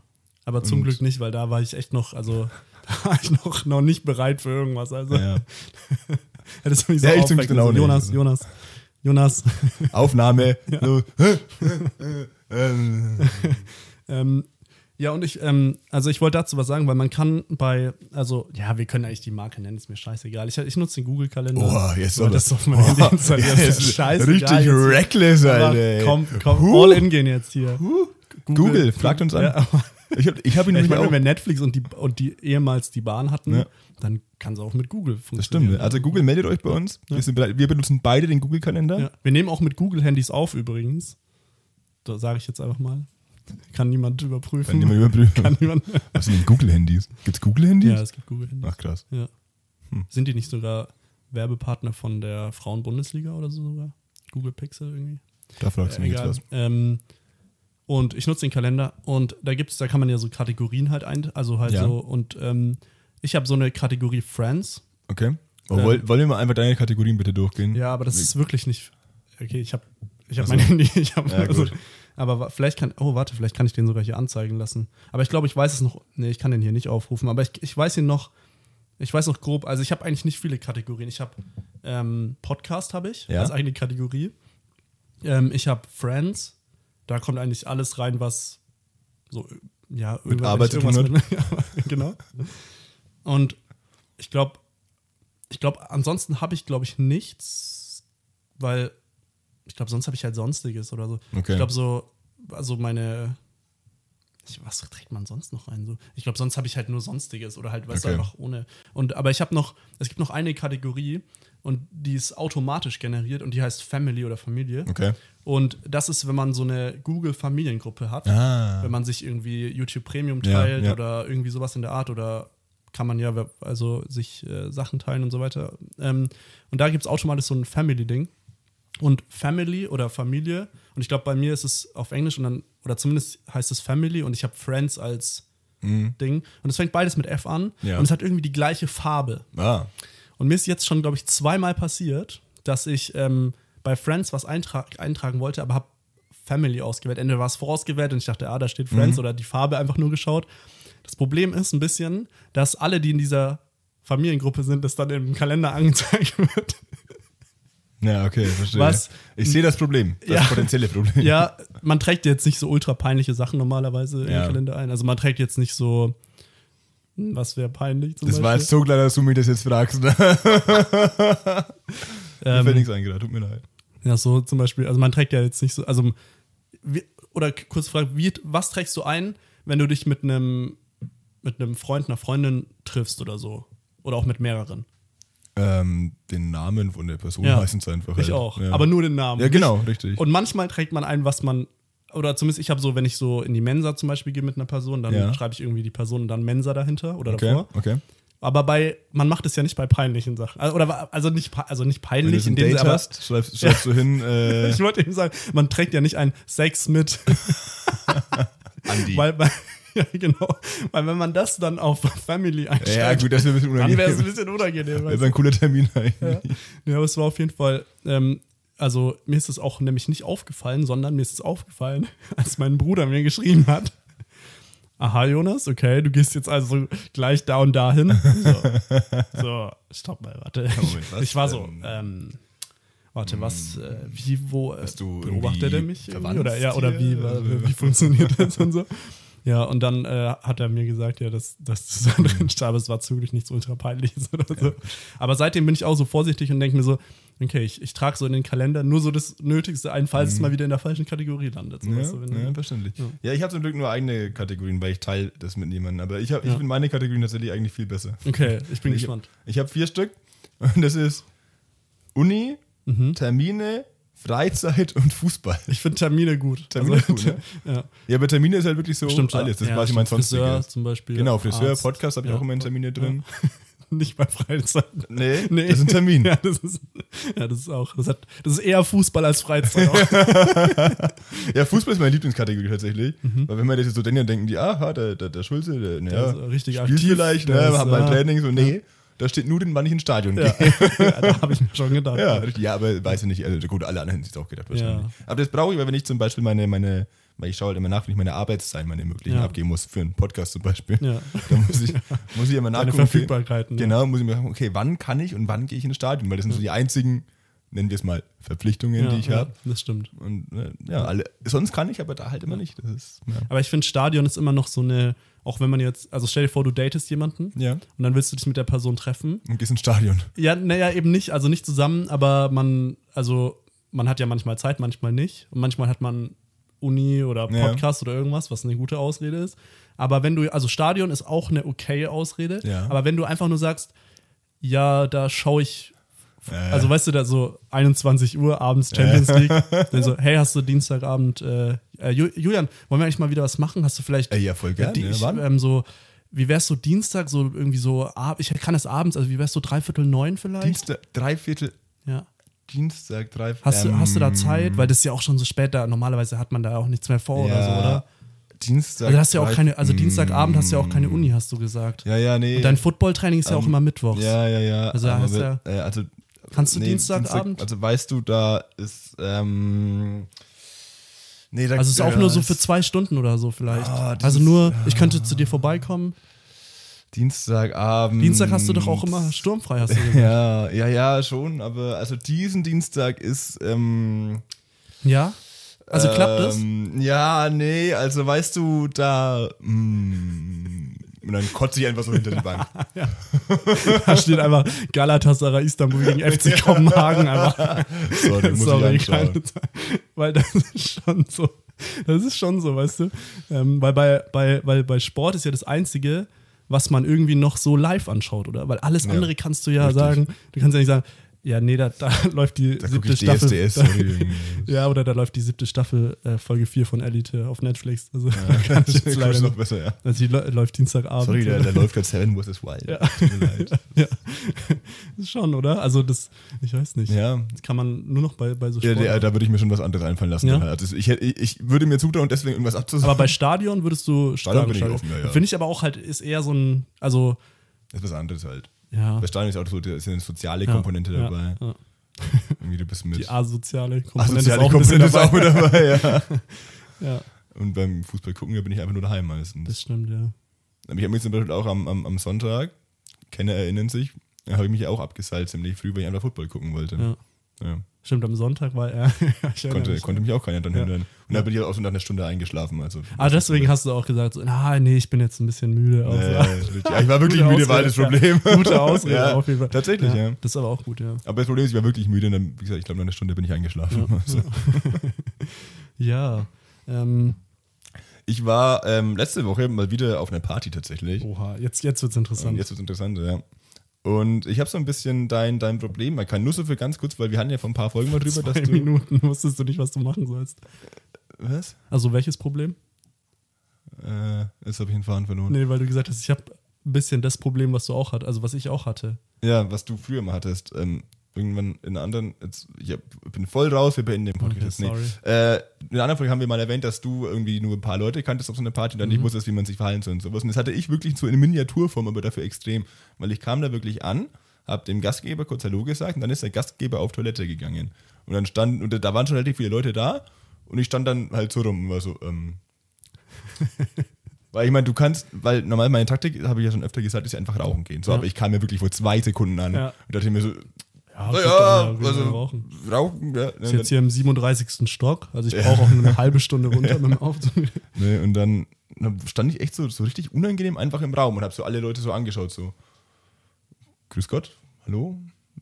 Aber zum Glück nicht, weil da war ich echt noch, also (laughs) da war ich noch, noch nicht bereit für irgendwas. Also Ja. hättest du mich so Ja, ich aufwecken ziemlich genau müssen. nicht. Jonas, Jonas, Jonas. (laughs) Aufnahme. So. Ähm, Ähm, ja, und ich, ähm, also ich wollte dazu was sagen, weil man kann bei, also, ja, wir können eigentlich die Marke nennen, ist mir scheißegal. Ich, ich nutze den Google-Kalender. Boah, jetzt Weil aber- das auf meinem Handy Boah, installiert ist. jetzt Scheißegal. Richtig jetzt- reckless, aber Alter. ey. Komm, komm, Huh. all in gehen jetzt hier. Google, fragt uns an. Ja, aber- Ich habe ich hab ihn ich nämlich meine, wenn wir auch. Netflix und die, und die ehemals die Bahn hatten, Ja. dann kann es auch mit Google funktionieren. Das stimmt. Also Google meldet euch bei uns. Wir, sind bereit. wir benutzen beide den Google-Kalender. Ja. Wir nehmen auch mit Google-Handys auf übrigens. Da sage ich jetzt einfach mal. Kann niemand überprüfen. Kann niemand überprüfen. Kann (laughs) niemand. Was sind denn Google-Handys? Gibt's Google-Handys? ja, es gibt Google-Handys. Ach Hm. krass. Ja. Sind die nicht sogar Werbepartner von der Frauenbundesliga oder so sogar? Google Pixel irgendwie? Da fragst du mich jetzt Egal. was. Ähm, und ich nutze den Kalender und da gibt's, da kann man ja so Kategorien halt ein, also halt Ja. so und ähm, ich habe so eine Kategorie Friends. Okay. Aber Ähm. woll- wollen wir mal einfach deine Kategorien bitte durchgehen? Ja, aber das ist wirklich nicht. Okay, ich habe ich hab Ach so. mein Handy. (laughs) Ich hab, Ja, also, gut. aber wa- vielleicht kann. Oh, warte, vielleicht kann ich den sogar hier anzeigen lassen. Aber ich glaube, ich weiß es noch. Nee, ich kann den hier nicht aufrufen. Aber ich, ich weiß ihn noch. Ich weiß noch grob. Also, ich habe eigentlich nicht viele Kategorien. Ich habe ähm, Podcast, habe ich Ja. als eigene Kategorie. Ähm, ich habe Friends. Da kommt eigentlich alles rein, was so. Ja, irgendwann- Arbeit zu tun irgendwas mit- (laughs) genau. Und ich glaube, ich glaube, ansonsten habe ich, glaube ich, nichts, weil ich glaube, sonst habe ich halt Sonstiges oder so. Okay. Ich glaube, so, also meine, ich, was trägt man sonst noch ein? So, ich glaube, sonst habe ich halt nur Sonstiges oder halt, weißt Okay. du, einfach ohne. Und, aber ich habe noch, es gibt noch eine Kategorie und die ist automatisch generiert und die heißt Family oder Familie. Okay. Und das ist, wenn man so eine Google-Familiengruppe hat, Ah. wenn man sich irgendwie YouTube Premium Ja, teilt ja. oder irgendwie sowas in der Art oder kann man ja also sich äh, Sachen teilen und so weiter. Ähm, und da gibt es automatisch so ein Family-Ding. Und Family oder Familie, und ich glaube, bei mir ist es auf Englisch und dann, oder zumindest heißt es Family und ich habe Friends als Ding. Und es fängt beides mit F an Mhm. Ja. und es hat irgendwie die gleiche Farbe. Ah. Und mir ist jetzt schon, glaube ich, zweimal passiert, dass ich ähm, bei Friends was eintra eintragen wollte, aber habe Family ausgewählt. Entweder war es vorausgewählt und ich dachte, ah, da steht Mhm. Friends oder die Farbe einfach nur geschaut. Das Problem ist ein bisschen, dass alle, die in dieser Familiengruppe sind, das dann im Kalender (laughs) angezeigt (laughs) wird. Ja, okay, verstehe. Was- Ich sehe das Problem. Das Ja. potenzielle Problem. ja, man trägt jetzt nicht so ultra peinliche Sachen normalerweise in Ja. den Kalender ein. Also man trägt jetzt nicht so, hm, was wäre peinlich zum Das war jetzt Beispiel. so klar, dass du mich das jetzt fragst. Mir Ähm, fällt nichts eingeladen, tut mir leid. Ja, so zum Beispiel, also man trägt ja jetzt nicht so, also wie, oder k- kurz gefragt, wie, was trägst du ein, wenn du dich mit einem mit einem Freund, einer Freundin triffst oder so? Oder auch mit mehreren. Ähm, den Namen von der Person Ja. meistens einfach. Ich halt. auch. Ja. Aber nur den Namen. Ja, genau, richtig. Und manchmal trägt man ein, was man, oder zumindest ich habe so, wenn ich so in die Mensa zum Beispiel gehe mit einer Person, dann Ja. schreibe ich irgendwie die Person und dann Mensa dahinter oder okay, davor. okay. Aber bei, man macht es ja nicht bei peinlichen Sachen. Also, oder, wa- also, nicht, pe- also nicht Wenn peinlich, du ein in dem Date Sinne, aber hast, schreibst, schreibst du hin, äh, (laughs) ich wollte eben sagen, man trägt ja nicht ein Sex mit. Andi. Weil, (laughs) weil, ja, genau. Weil wenn man das dann auf Family einstellt, ja, gut, das wäre ein bisschen dann wäre es ein unangenehm. bisschen (laughs) unangenehm. Das Weißt wäre ein cooler Termin eigentlich. du? ja, aber es war auf jeden Fall, ähm, also mir ist es auch nämlich nicht aufgefallen, sondern mir ist es aufgefallen, (laughs) als mein Bruder mir geschrieben hat. Aha, Jonas, okay, du gehst jetzt also gleich da und da hin. (laughs) So, so stopp mal, warte. Moment, was ich war so, denn? ähm, warte, was, äh, wie, wo, äh, Bist du beobachtet irgendwie er mich? irgendwie? verwandt Oder, ja, oder wie, hier? äh, (laughs) wie funktioniert das und so? Ja, und dann äh, hat er mir gesagt, ja, dass, dass das (laughs) da Mhm. drin stand, aber es war zum Glück nichts ultra peinliches oder so. Aber seitdem bin ich auch so vorsichtig und denke mir so, okay, ich, ich trage so in den Kalender nur so das Nötigste ein, falls es mal wieder in der falschen Kategorie landet. So, Mhm. Ja, weißt du, wenn- ja, verständlich. Ja, ich habe zum Glück nur eigene Kategorien, weil ich teile das mit niemandem. Aber ich, hab, ich Ja. finde meine Kategorien tatsächlich eigentlich viel besser. Also Okay, ich bin Ich- gespannt. Ich habe vier Stück und das ist Uni, Mhm. Termine, Freizeit und Fußball. Ich finde Termine gut. Also, Termine gut, ne? (laughs) ja. Ja, aber Termine ist halt wirklich so Stimmt, alles. Das ja, ist quasi mein stimmt. Friseur sonstiges. zum Beispiel. Genau, Friseur, Arzt. Podcast habe ich Ja. auch immer in Termine drin. (laughs) Nicht bei Freizeit. Nee, das ist ein (laughs) Termin. Ja, das ist, ja, das ist auch. Das, hat, das ist eher Fußball als Freizeit. (laughs) Auch. Ja, Fußball ist meine Lieblingskategorie tatsächlich. Mhm. Weil wenn man das jetzt so denkt, dann denken die, aha, der, der, der Schulze, der, na ja, ist richtig spielt aktiv, vielleicht, der ne, ist, hat mal ja. Training, so, nee, da steht nur, den wann ich ins Stadion (laughs) ja. gehe. (laughs) ja, da habe ich mir schon gedacht. Ja, richtig. ja, aber weiß ich nicht, also gut, alle anderen hätten es auch gedacht wahrscheinlich. Aber das brauche ich, weil wenn ich zum Beispiel meine, meine, Weil ich schaue halt immer nach, wenn ich meine Arbeitszeit meine möglichen Ja. abgeben muss, für einen Podcast zum Beispiel. (laughs) Ja. Da muss ich, muss ich immer Deine nachgucken. Verfügbarkeiten. Okay, ja. genau, muss ich mir sagen, okay, wann kann ich und wann gehe ich ins Stadion? Weil das sind so die einzigen, nennen wir es mal, Verpflichtungen, Ja, die ich ja, habe. Das stimmt. Und äh, ja, alle, sonst kann ich, aber da halt immer nicht. Das ist, ja. Aber ich finde, Stadion ist immer noch so eine, auch wenn man jetzt, also stell dir vor, du datest jemanden ja. und dann willst du dich mit der Person treffen. Und gehst ins Stadion. Ja, naja, eben nicht, also nicht zusammen, aber man, also man hat ja manchmal Zeit, manchmal nicht. Und manchmal hat man Uni oder Ja. Podcast oder irgendwas, was eine gute Ausrede ist. Aber wenn du, also Stadion ist auch eine okaye Ausrede, Ja. aber wenn du einfach nur sagst, ja, da schaue ich, Äh, also weißt du, da so 21 Uhr abends Champions League, dann so, hey, hast du Dienstagabend, äh, äh, Ju- Julian, wollen wir eigentlich mal wieder was machen? Hast du vielleicht äh, ja, voll ja, gerne. die, ich, wann? ähm, so, wie wär's so Dienstag, so irgendwie so, ab- ich kann das abends, also wie wär's so dreiviertel neun vielleicht? Dienstag, dreiviertel, ja. Dienstag, dreiviertel. Hast, du, hast du da ähm, Zeit? Weil das ist ja auch schon so spät da, normalerweise hat man da auch nichts mehr vor oder so, ja, oder? Dienstag. Also hast du ja auch dreiviertel- keine, also Dienstagabend hast du ja auch keine Uni, hast du gesagt. Mm. Ja, ja, nee. Und dein Footballtraining ist ja auch Ähm, immer mittwochs. ja, ja, ja. Also da aber hast du ja- wir- äh, also, Kannst du Dienstagabend? also weißt du, da ist. Ähm, nee, da Also es ist auch ja, nur so es- für zwei Stunden oder so vielleicht. Ah, das also ist- ah. nur, ich könnte zu dir vorbeikommen. Dienstagabend. Dienstag hast du doch auch immer sturmfrei, hast du gesagt. Ja, ja, ja, schon, aber also diesen Dienstag ist. Ähm, Ja? Also klappt das? ähm, Ja, nee, also weißt du, da. mm, und dann kotze ich einfach so hinter die (laughs) Bank. Da steht einfach Galatasaray Istanbul (laughs) gegen FC Kopenhagen einfach. (laughs) Sorry, muss Sorry, ich anschauen. keine Zeit. Weil das ist schon so. Das ist schon so, weißt du? Ähm, weil, bei, bei, weil bei Sport ist ja das Einzige, was man irgendwie noch so live anschaut, oder? Weil alles andere kannst du ja richtig. sagen, du kannst ja nicht sagen, ja, nee, da, da (laughs) läuft die Da gucke siebte ich Staffel. DSDS. Da, sorry. (laughs) ja, oder da läuft die siebte Staffel, äh, Folge 4 von Elite auf Netflix. Also, (laughs) da kann ich Das jetzt ist leider noch nicht. besser, ja. also die lä- läuft Dienstagabend. Sorry, da, da läuft gerade Seven vs. Wild. Ja. Tut mir leid. (laughs) ja. Schon, oder? Also das, ich weiß nicht. Ja. Das kann man nur noch bei, bei so Ja, Sport. der, da würde ich mir schon was anderes einfallen lassen. Ja. Also ich, hätte- ich, ich würde mir zutrauen, deswegen irgendwas abzusagen. aber bei Stadion würdest du Stadion bin ich sagen, offen, ja, ja. Finde ich aber auch halt, ist eher so ein, also, das ist was anderes halt. ja. Bei Stadion ist auch so, da ist eine soziale ja, Komponente ja, dabei. Ja. Irgendwie du bist mit. Die asoziale Ach, Komponente soziale ist auch, Komponente ein ist bisschen auch mit dabei, ja. dabei. Ja, (laughs) Und beim Fußball gucken, da bin ich einfach nur daheim meistens. das stimmt, ja. Aber ich habe mich zum Beispiel auch am, am, am Sonntag, Kenner erinnern sich, da habe ich mich auch abgesalzt ziemlich früh, weil ich einfach Football gucken wollte. ja. Ja. Stimmt, am Sonntag war er. (laughs) ich erinnere Konnte, mich. konnte mich auch keiner dran Ja. Ah, hindern. Und da bin ich auch so nach einer Stunde eingeschlafen. Also, Aber deswegen hast du auch gesagt, so, na, nee, ich bin jetzt ein bisschen müde. auch so. Äh, ja, (laughs) ich war wirklich also. Gute müde, war das Ausrede, Problem. Ja. (laughs) Gute (laughs) Ausrede Ja, auf jeden Fall. tatsächlich, ja. Das ist aber auch gut, ja. Aber das Problem ist, ich war wirklich müde und dann, wie gesagt, ich glaube, nach einer Stunde bin ich eingeschlafen. (laughs) Also, Ja. Ähm, ich war ähm, letzte Woche mal wieder auf einer Party tatsächlich. oha, jetzt, jetzt wird es und interessant. jetzt wird es interessant, ja. Und ich habe so ein bisschen dein, dein Problem. Man kann nur so viel ganz kurz, weil wir hatten ja vor ein paar Folgen mal drüber, dass Zwei du. Minuten (laughs) wusstest du nicht, was du machen sollst. Was? Also welches Problem? Äh, jetzt habe ich den Faden verloren. Nee, weil du gesagt hast, ich habe ein bisschen das Problem, was du auch hattest, also was ich auch hatte. Ja, was du früher mal hattest. Ähm, irgendwann in einer anderen. Jetzt, ich hab, bin voll raus, wir beenden den Podcast. Okay, sorry. nee. äh, in einer anderen Folge haben wir mal erwähnt, dass du irgendwie nur ein paar Leute kanntest auf so einer Party und dann Mhm. nicht wusstest, wie man sich verhalten soll und sowas. Und das hatte ich wirklich so in Miniaturform, aber dafür extrem. Weil ich kam da wirklich an, hab dem Gastgeber kurz Hallo gesagt und dann ist der Gastgeber auf Toilette gegangen. Und dann stand, und da waren schon relativ viele Leute da und ich stand dann halt so rum und war so, ähm, Weil ich meine, du kannst, weil normal meine Taktik, habe ich ja schon öfter gesagt, ist ja einfach rauchen gehen. So, Ja. aber ich kam mir wirklich vor zwei Sekunden an Ja. und dachte mir so, Ja, naja, wir also rauchen. rauchen, ja. ne, Ist dann- jetzt hier im 37. Stock, also ich brauche auch nur eine halbe Stunde (laughs) runter mit dem Aufzug. ne, und dann, dann stand ich echt so, so richtig unangenehm einfach im Raum und habe so alle Leute so angeschaut, so, grüß Gott, hallo,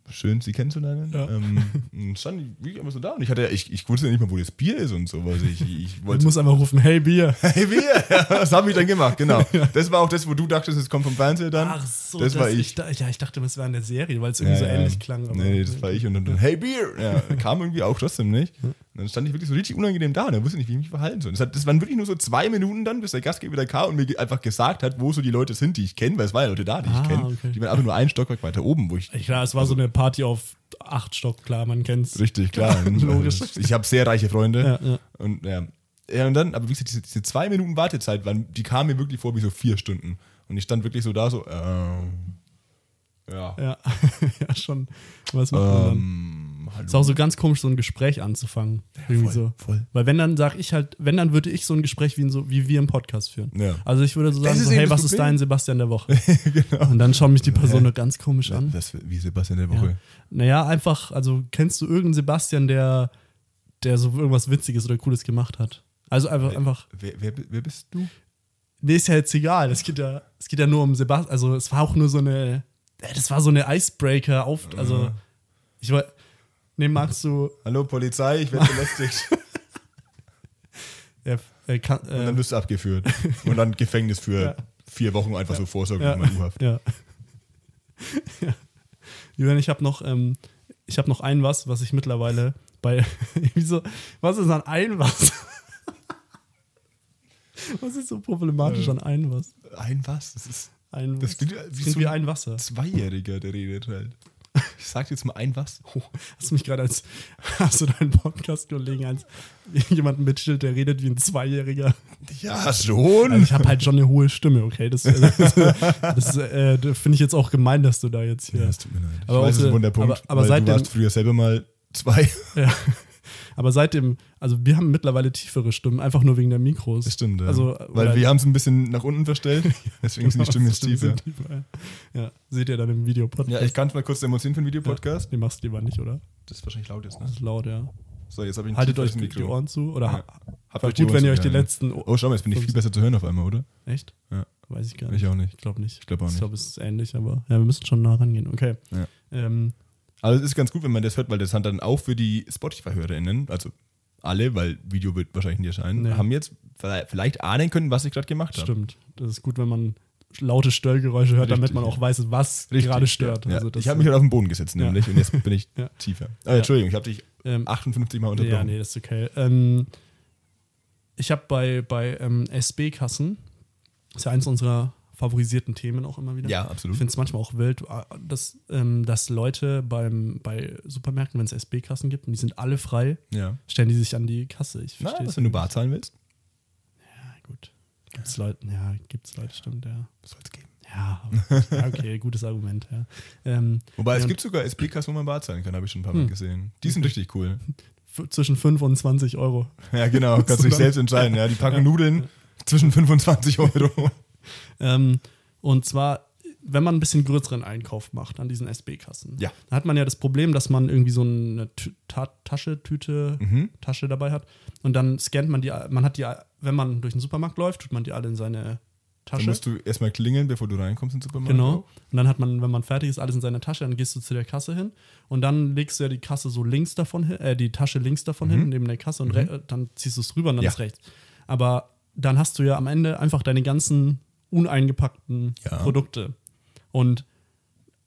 schön, Sie kennenzulernen. Ja. Ähm, und stand ich wirklich einfach so da und ich hatte, ich, ich wusste nicht mal, wo das Bier ist und so, weil ich, ich Du (laughs) wollte musst einfach rufen, hey (laughs) Bier. Hey, wir! Das habe ich dann (laughs) gemacht, genau. Das war auch das, wo du dachtest, es kommt vom Fernseher dann. das war ich. da- ja, ich dachte, das wäre in der Serie, weil es Ja, irgendwie so ja. ähnlich klang. aber- nee, das war ich. Und dann, dann hey, Bier! Ja, kam irgendwie auch trotzdem nicht. Und dann stand ich wirklich so richtig unangenehm da. Und dann wusste ich nicht, wie ich mich verhalten soll. Das, hat, das waren wirklich nur so zwei Minuten dann, bis der Gastgeber da kam und mir ge- einfach gesagt hat, wo so die Leute sind, die ich kenne. Weil es waren ja Leute da, die Ah, ich kenne. okay. Die waren einfach nur einen Stockwerk weiter oben, wo ich... Ich- Klar, es war so eine Party auf acht Stock, klar, man kennt's. Also Richtig, klar. (laughs) Logisch. Also, Ich habe sehr reiche Freunde. Ja, ja. Und ja. Ja, und dann, aber wie gesagt, diese, diese zwei Minuten Wartezeit, waren, die kamen mir wirklich vor wie so vier Stunden. Und ich stand wirklich so da, so, ähm, (laughs) ja. Ah. Ja, ja schon. Was macht man dann? Ähm, Hallo. Ist auch so ganz komisch, so ein Gespräch anzufangen. irgendwie voll, so. voll. Weil wenn dann sag ich halt, wenn dann würde ich so ein Gespräch wie, in so, wie wir im Podcast führen. Ja. Also ich würde so Das sagen, ist so, eben hey, das was ist Problem. Genau. dein Sebastian der (laughs) Woche? Und dann schaut mich die Person nur ganz komisch an. Das, wie Sebastian der Ja. Woche. Naja, einfach, also kennst du irgendeinen Sebastian, der, der so irgendwas Witziges oder Cooles gemacht hat? Also einfach, einfach. Wer, wer, wer bist du? Nee, ist ja jetzt egal. Es geht ja, es geht ja nur um Sebastian. Also es war auch nur so eine. äh, Das war so eine Icebreaker auf. Also ich war. Nee, magst du. Hallo Polizei, ich werde (laughs) belästigt. Äh, äh, kann, Und dann äh, wirst du abgeführt. Und dann Gefängnis für vier Wochen einfach so vorsorglich ja, mal U-Haft. (laughs) ja. ja. Julian, ich habe noch, ähm, ich habe noch ein was, was ich mittlerweile bei. (laughs) Wieso? Was ist an ein was? (laughs) was ist so problematisch an ein was? Ein was? Das ist Ein Das was. klingt äh, wie so wie ein- ein Wasser. Zweijähriger, der redet halt. Ich sag jetzt mal ein was. Oh, hast du mich gerade als, (laughs) hast du deinen Podcast-Kollegen als jemanden mitstellt, der redet wie ein Zweijähriger? (laughs) Ja, schon. Ich habe halt schon eine hohe Stimme, okay? Das, (laughs) das, das, äh, das finde ich jetzt auch gemein, dass du da jetzt hier. Ja, es tut mir leid. Aber ich weiß, es ist auch, ein Wunderpunkt. aber- aber weil seit du dem- warst früher selber mal zwei. Ja. (laughs) Aber seitdem, also wir haben mittlerweile tiefere Stimmen, einfach nur wegen der Mikros. (laughs) Das stimmt. Ja. Also, weil oder- wir haben es ein genau, bisschen nach unten (laughs) verstellt. Deswegen sind die Stimmen jetzt tiefer. sind tiefer, ja. ja, seht ihr dann im Videopodcast. Ja, ich kann es mal kurz demonstrieren für den Videopodcast. Die machst du lieber nicht, oder? Das ist wahrscheinlich laut jetzt, ne? Das ist laut, ja. So, jetzt habe ich ein Haltet euch tieferes die die Ohren zu. Oder Ja. ha- Habt war euch die gut, Ohren wenn ihr euch zu, die ja, ja. letzten. Oh, schau mal, jetzt bin ich viel besser zu hören auf einmal, oder? Echt? Ja. Weiß ich gar nicht. Ich auch nicht. Ich glaube nicht. Ich glaub auch Ich nicht. glaube, es ist ähnlich, aber ja, wir müssen schon nah rangehen. Okay. Ja. Ähm, Aber Also, es ist ganz gut, wenn man das hört, weil das hat dann auch für die Spotify-HörerInnen, also alle, weil Video wird wahrscheinlich nicht erscheinen, Nee. haben jetzt vielleicht ahnen können, was ich gerade gemacht habe. stimmt. Das ist gut, wenn man laute Störgeräusche hört, damit Richtig, man ja. auch weiß, was gerade stört. Ja. Also das, ich habe mich halt auf den Boden gesetzt, Ja. nämlich, und jetzt bin ich (laughs) Ja. tiefer. Ah, Entschuldigung, ich habe dich Ähm, 58 Mal unterbrochen. ja, nee, das ist okay. Ähm, ich habe bei, bei ähm, SB-Kassen, ist ja eins unserer favorisierten Themen auch immer wieder. Ja, absolut. Ich finde es manchmal auch wild, äh, dass, ähm, dass Leute beim, bei Supermärkten, wenn es SB-Kassen gibt und die sind alle frei, Ja. stellen die sich an die Kasse. Ich Na, verstehe was, wenn du Bar zahlen willst? Ja, gut. Gibt's Leute, ja, gibt's Leute, stimmt, ja. Soll es geben. Ja, (laughs) aber- ja, okay, gutes Argument, ja. Ähm, Wobei, ja, Hm. es und gibt sogar SB-Kassen, wo man Bar zahlen kann, habe ich schon ein paar Mal gesehen. Die sind richtig cool. f- zwischen 5 und 20 Euro. (laughs) Ja, genau, kannst So du dich dann- selbst entscheiden. Ja, die packen Nudeln zwischen (laughs) 25 Euro. Ähm, und zwar, wenn man ein bisschen größeren Einkauf macht an diesen SB-Kassen, Ja. dann hat man ja das Problem, dass man irgendwie so eine Tü Ta Tasche, Tüte, Mhm. Tasche dabei hat. Und dann scannt man die, man hat die, wenn man durch den Supermarkt läuft, tut man die alle in seine Dann Tasche. musst du erstmal klingeln, bevor du reinkommst in den Supermarkt. Genau. Und dann hat man, wenn man fertig ist, alles in seiner Tasche, dann gehst du zu der Kasse hin und dann legst du ja die Kasse so links davon hin, äh, die Tasche links davon hin, neben der Kasse und re- äh, dann ziehst du es rüber und dann Mhm. Ja. ist rechts. Aber dann hast du ja am Ende einfach deine ganzen uneingepackten Ja. Produkte. Und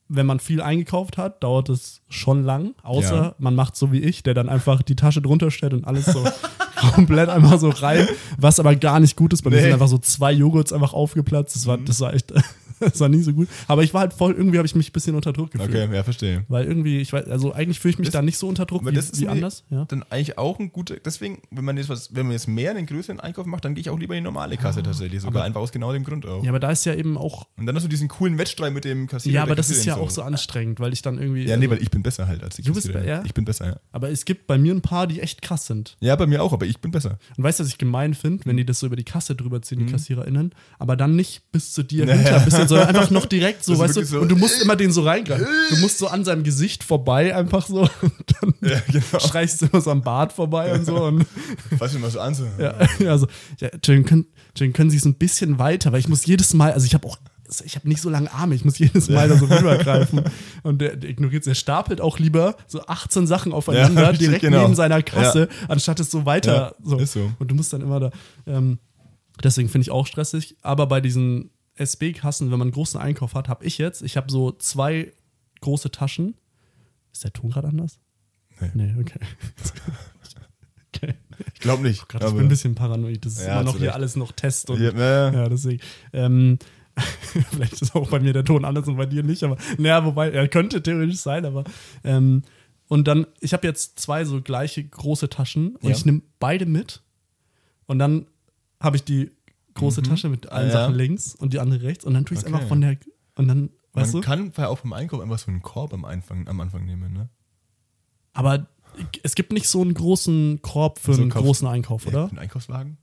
wenn man viel eingekauft hat, dauert es schon lang, außer Ja. man macht so wie ich, der dann einfach die Tasche drunter stellt und alles so (laughs) komplett einmal so rein, was aber gar nicht gut ist. Bei mir Nee. sind einfach so zwei Joghurts einfach aufgeplatzt. Das war, Mhm. das war echt, (laughs) das war nie so gut. Aber ich war halt voll, irgendwie habe ich mich ein bisschen unter Druck gefühlt. Okay, ja, verstehe. Weil irgendwie, ich weiß, also eigentlich fühle ich mich Das- da nicht so unter Druck Aber wie, das ist wie mir anders. Ja. dann eigentlich auch ein guter. Deswegen, wenn man jetzt was, wenn man jetzt mehr einen größeren Einkauf macht, dann gehe ich auch lieber in die normale Kasse tatsächlich. Sogar einfach aus genau dem Grund auch. Ah, ja, aber da ist ja eben auch, Und dann hast du diesen coolen Wettstreit mit dem Kassierer. ja, der aber das ist ja Kassiererin auch so anstrengend, weil ich dann irgendwie, Ja, nee, weil ich bin besser halt als die Du bist Kassiererin. be- ja? Ich bin besser, ja. aber es gibt bei mir ein paar, die echt krass sind. Ja, bei mir auch, aber ich (laughs) bin besser. Und weißt du, was ich gemein finde, wenn die das so über die Kasse drüber ziehen, die KassiererInnen, aber dann nicht bis zu dir Mhm. Naja. hinter ein bisschen, sondern einfach noch (laughs) direkt so, Das ist weißt du? wirklich so, und du musst immer den so reingreifen. Du musst so an seinem Gesicht vorbei, einfach so. (laughs) Und dann Ja, genau. streichst du immer so am Bart vorbei und so. (laughs) Und Weißt du, was du an so- ja, ja, (laughs) so. Ja, Entschuldigung, können, Entschuldigung, können Sie es ein bisschen weiter, weil ich muss jedes Mal, also ich habe auch, ich habe nicht so lange Arme, ich muss jedes Mal da so rübergreifen. Und der, der ignoriert der stapelt auch lieber so 18 Sachen aufeinander Ja, (laughs) richtig, direkt genau. neben seiner Kasse, anstatt es so weiter. Ja, so. ist so. Und du musst dann immer da. Ähm, deswegen finde ich auch stressig, aber bei diesen SB-Kassen, wenn man einen großen Einkauf hat, habe ich jetzt, ich habe so zwei große Taschen. Ist der Ton gerade anders? Nee. Nee, okay. (laughs) okay. Ich glaube nicht. Oh Gott, ich aber- bin ein bisschen paranoid. Das ist Ja, immer noch zu hier Recht. alles noch Test und ja, ja, ja, ja. deswegen. Ähm, (laughs) vielleicht ist auch bei mir der Ton anders und bei dir nicht, aber naja, wobei, er könnte theoretisch sein, aber ähm, und dann, ich habe jetzt zwei so gleiche große Taschen und Ja. ich nehme beide mit und dann habe ich die große Tasche mit allen Mhm. Ja. Sachen links und die andere rechts und dann tue ich es Okay. einfach von der und dann, weißt Man du? kann ja auch beim Einkauf einfach so einen Korb am Anfang, am Anfang nehmen, ne? Aber es gibt nicht so einen großen Korb für So einen Kauf- großen Einkauf, Ja, oder? Ein Einkaufswagen?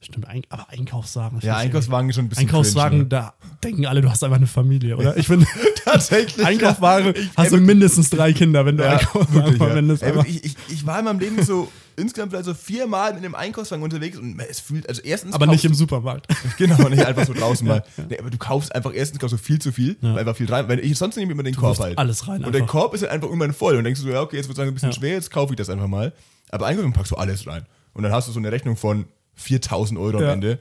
Stimmt, ein, aber Einkaufswagen. ich Ja, weiß Einkaufswagen ist schon ein nicht. bisschen Einkaufswagen, cringe, da denken alle, du hast einfach eine Familie, oder? Ich (laughs) finde, ne? Tatsächlich. Einkaufswagen hast du mindestens drei Kinder, wenn du Ja, Einkaufswagen wirklich, ja. verwendest. Ey, aber- wirklich, ich, ich, ich war in meinem Leben so (laughs) insgesamt vielleicht so viermal in einem Einkaufswagen unterwegs und es fühlt, also erstens. Aber nicht im Supermarkt. (laughs) kaufst- (laughs) Genau, nicht einfach so draußen mal. Nee, aber du kaufst einfach erstens kaufst du viel zu viel, weil einfach viel rein. Weil ich sonst nehme ich immer den Korb wirfst halt. alles rein Und der einfach. Korb ist halt einfach irgendwann voll. Und denkst du, so, ja, okay, jetzt wird es ein bisschen Ja. schwer, jetzt kaufe ich das einfach mal. Aber einkaufen packst du alles rein. Und dann hast du so eine Rechnung von 4000 Euro Ja. am Ende.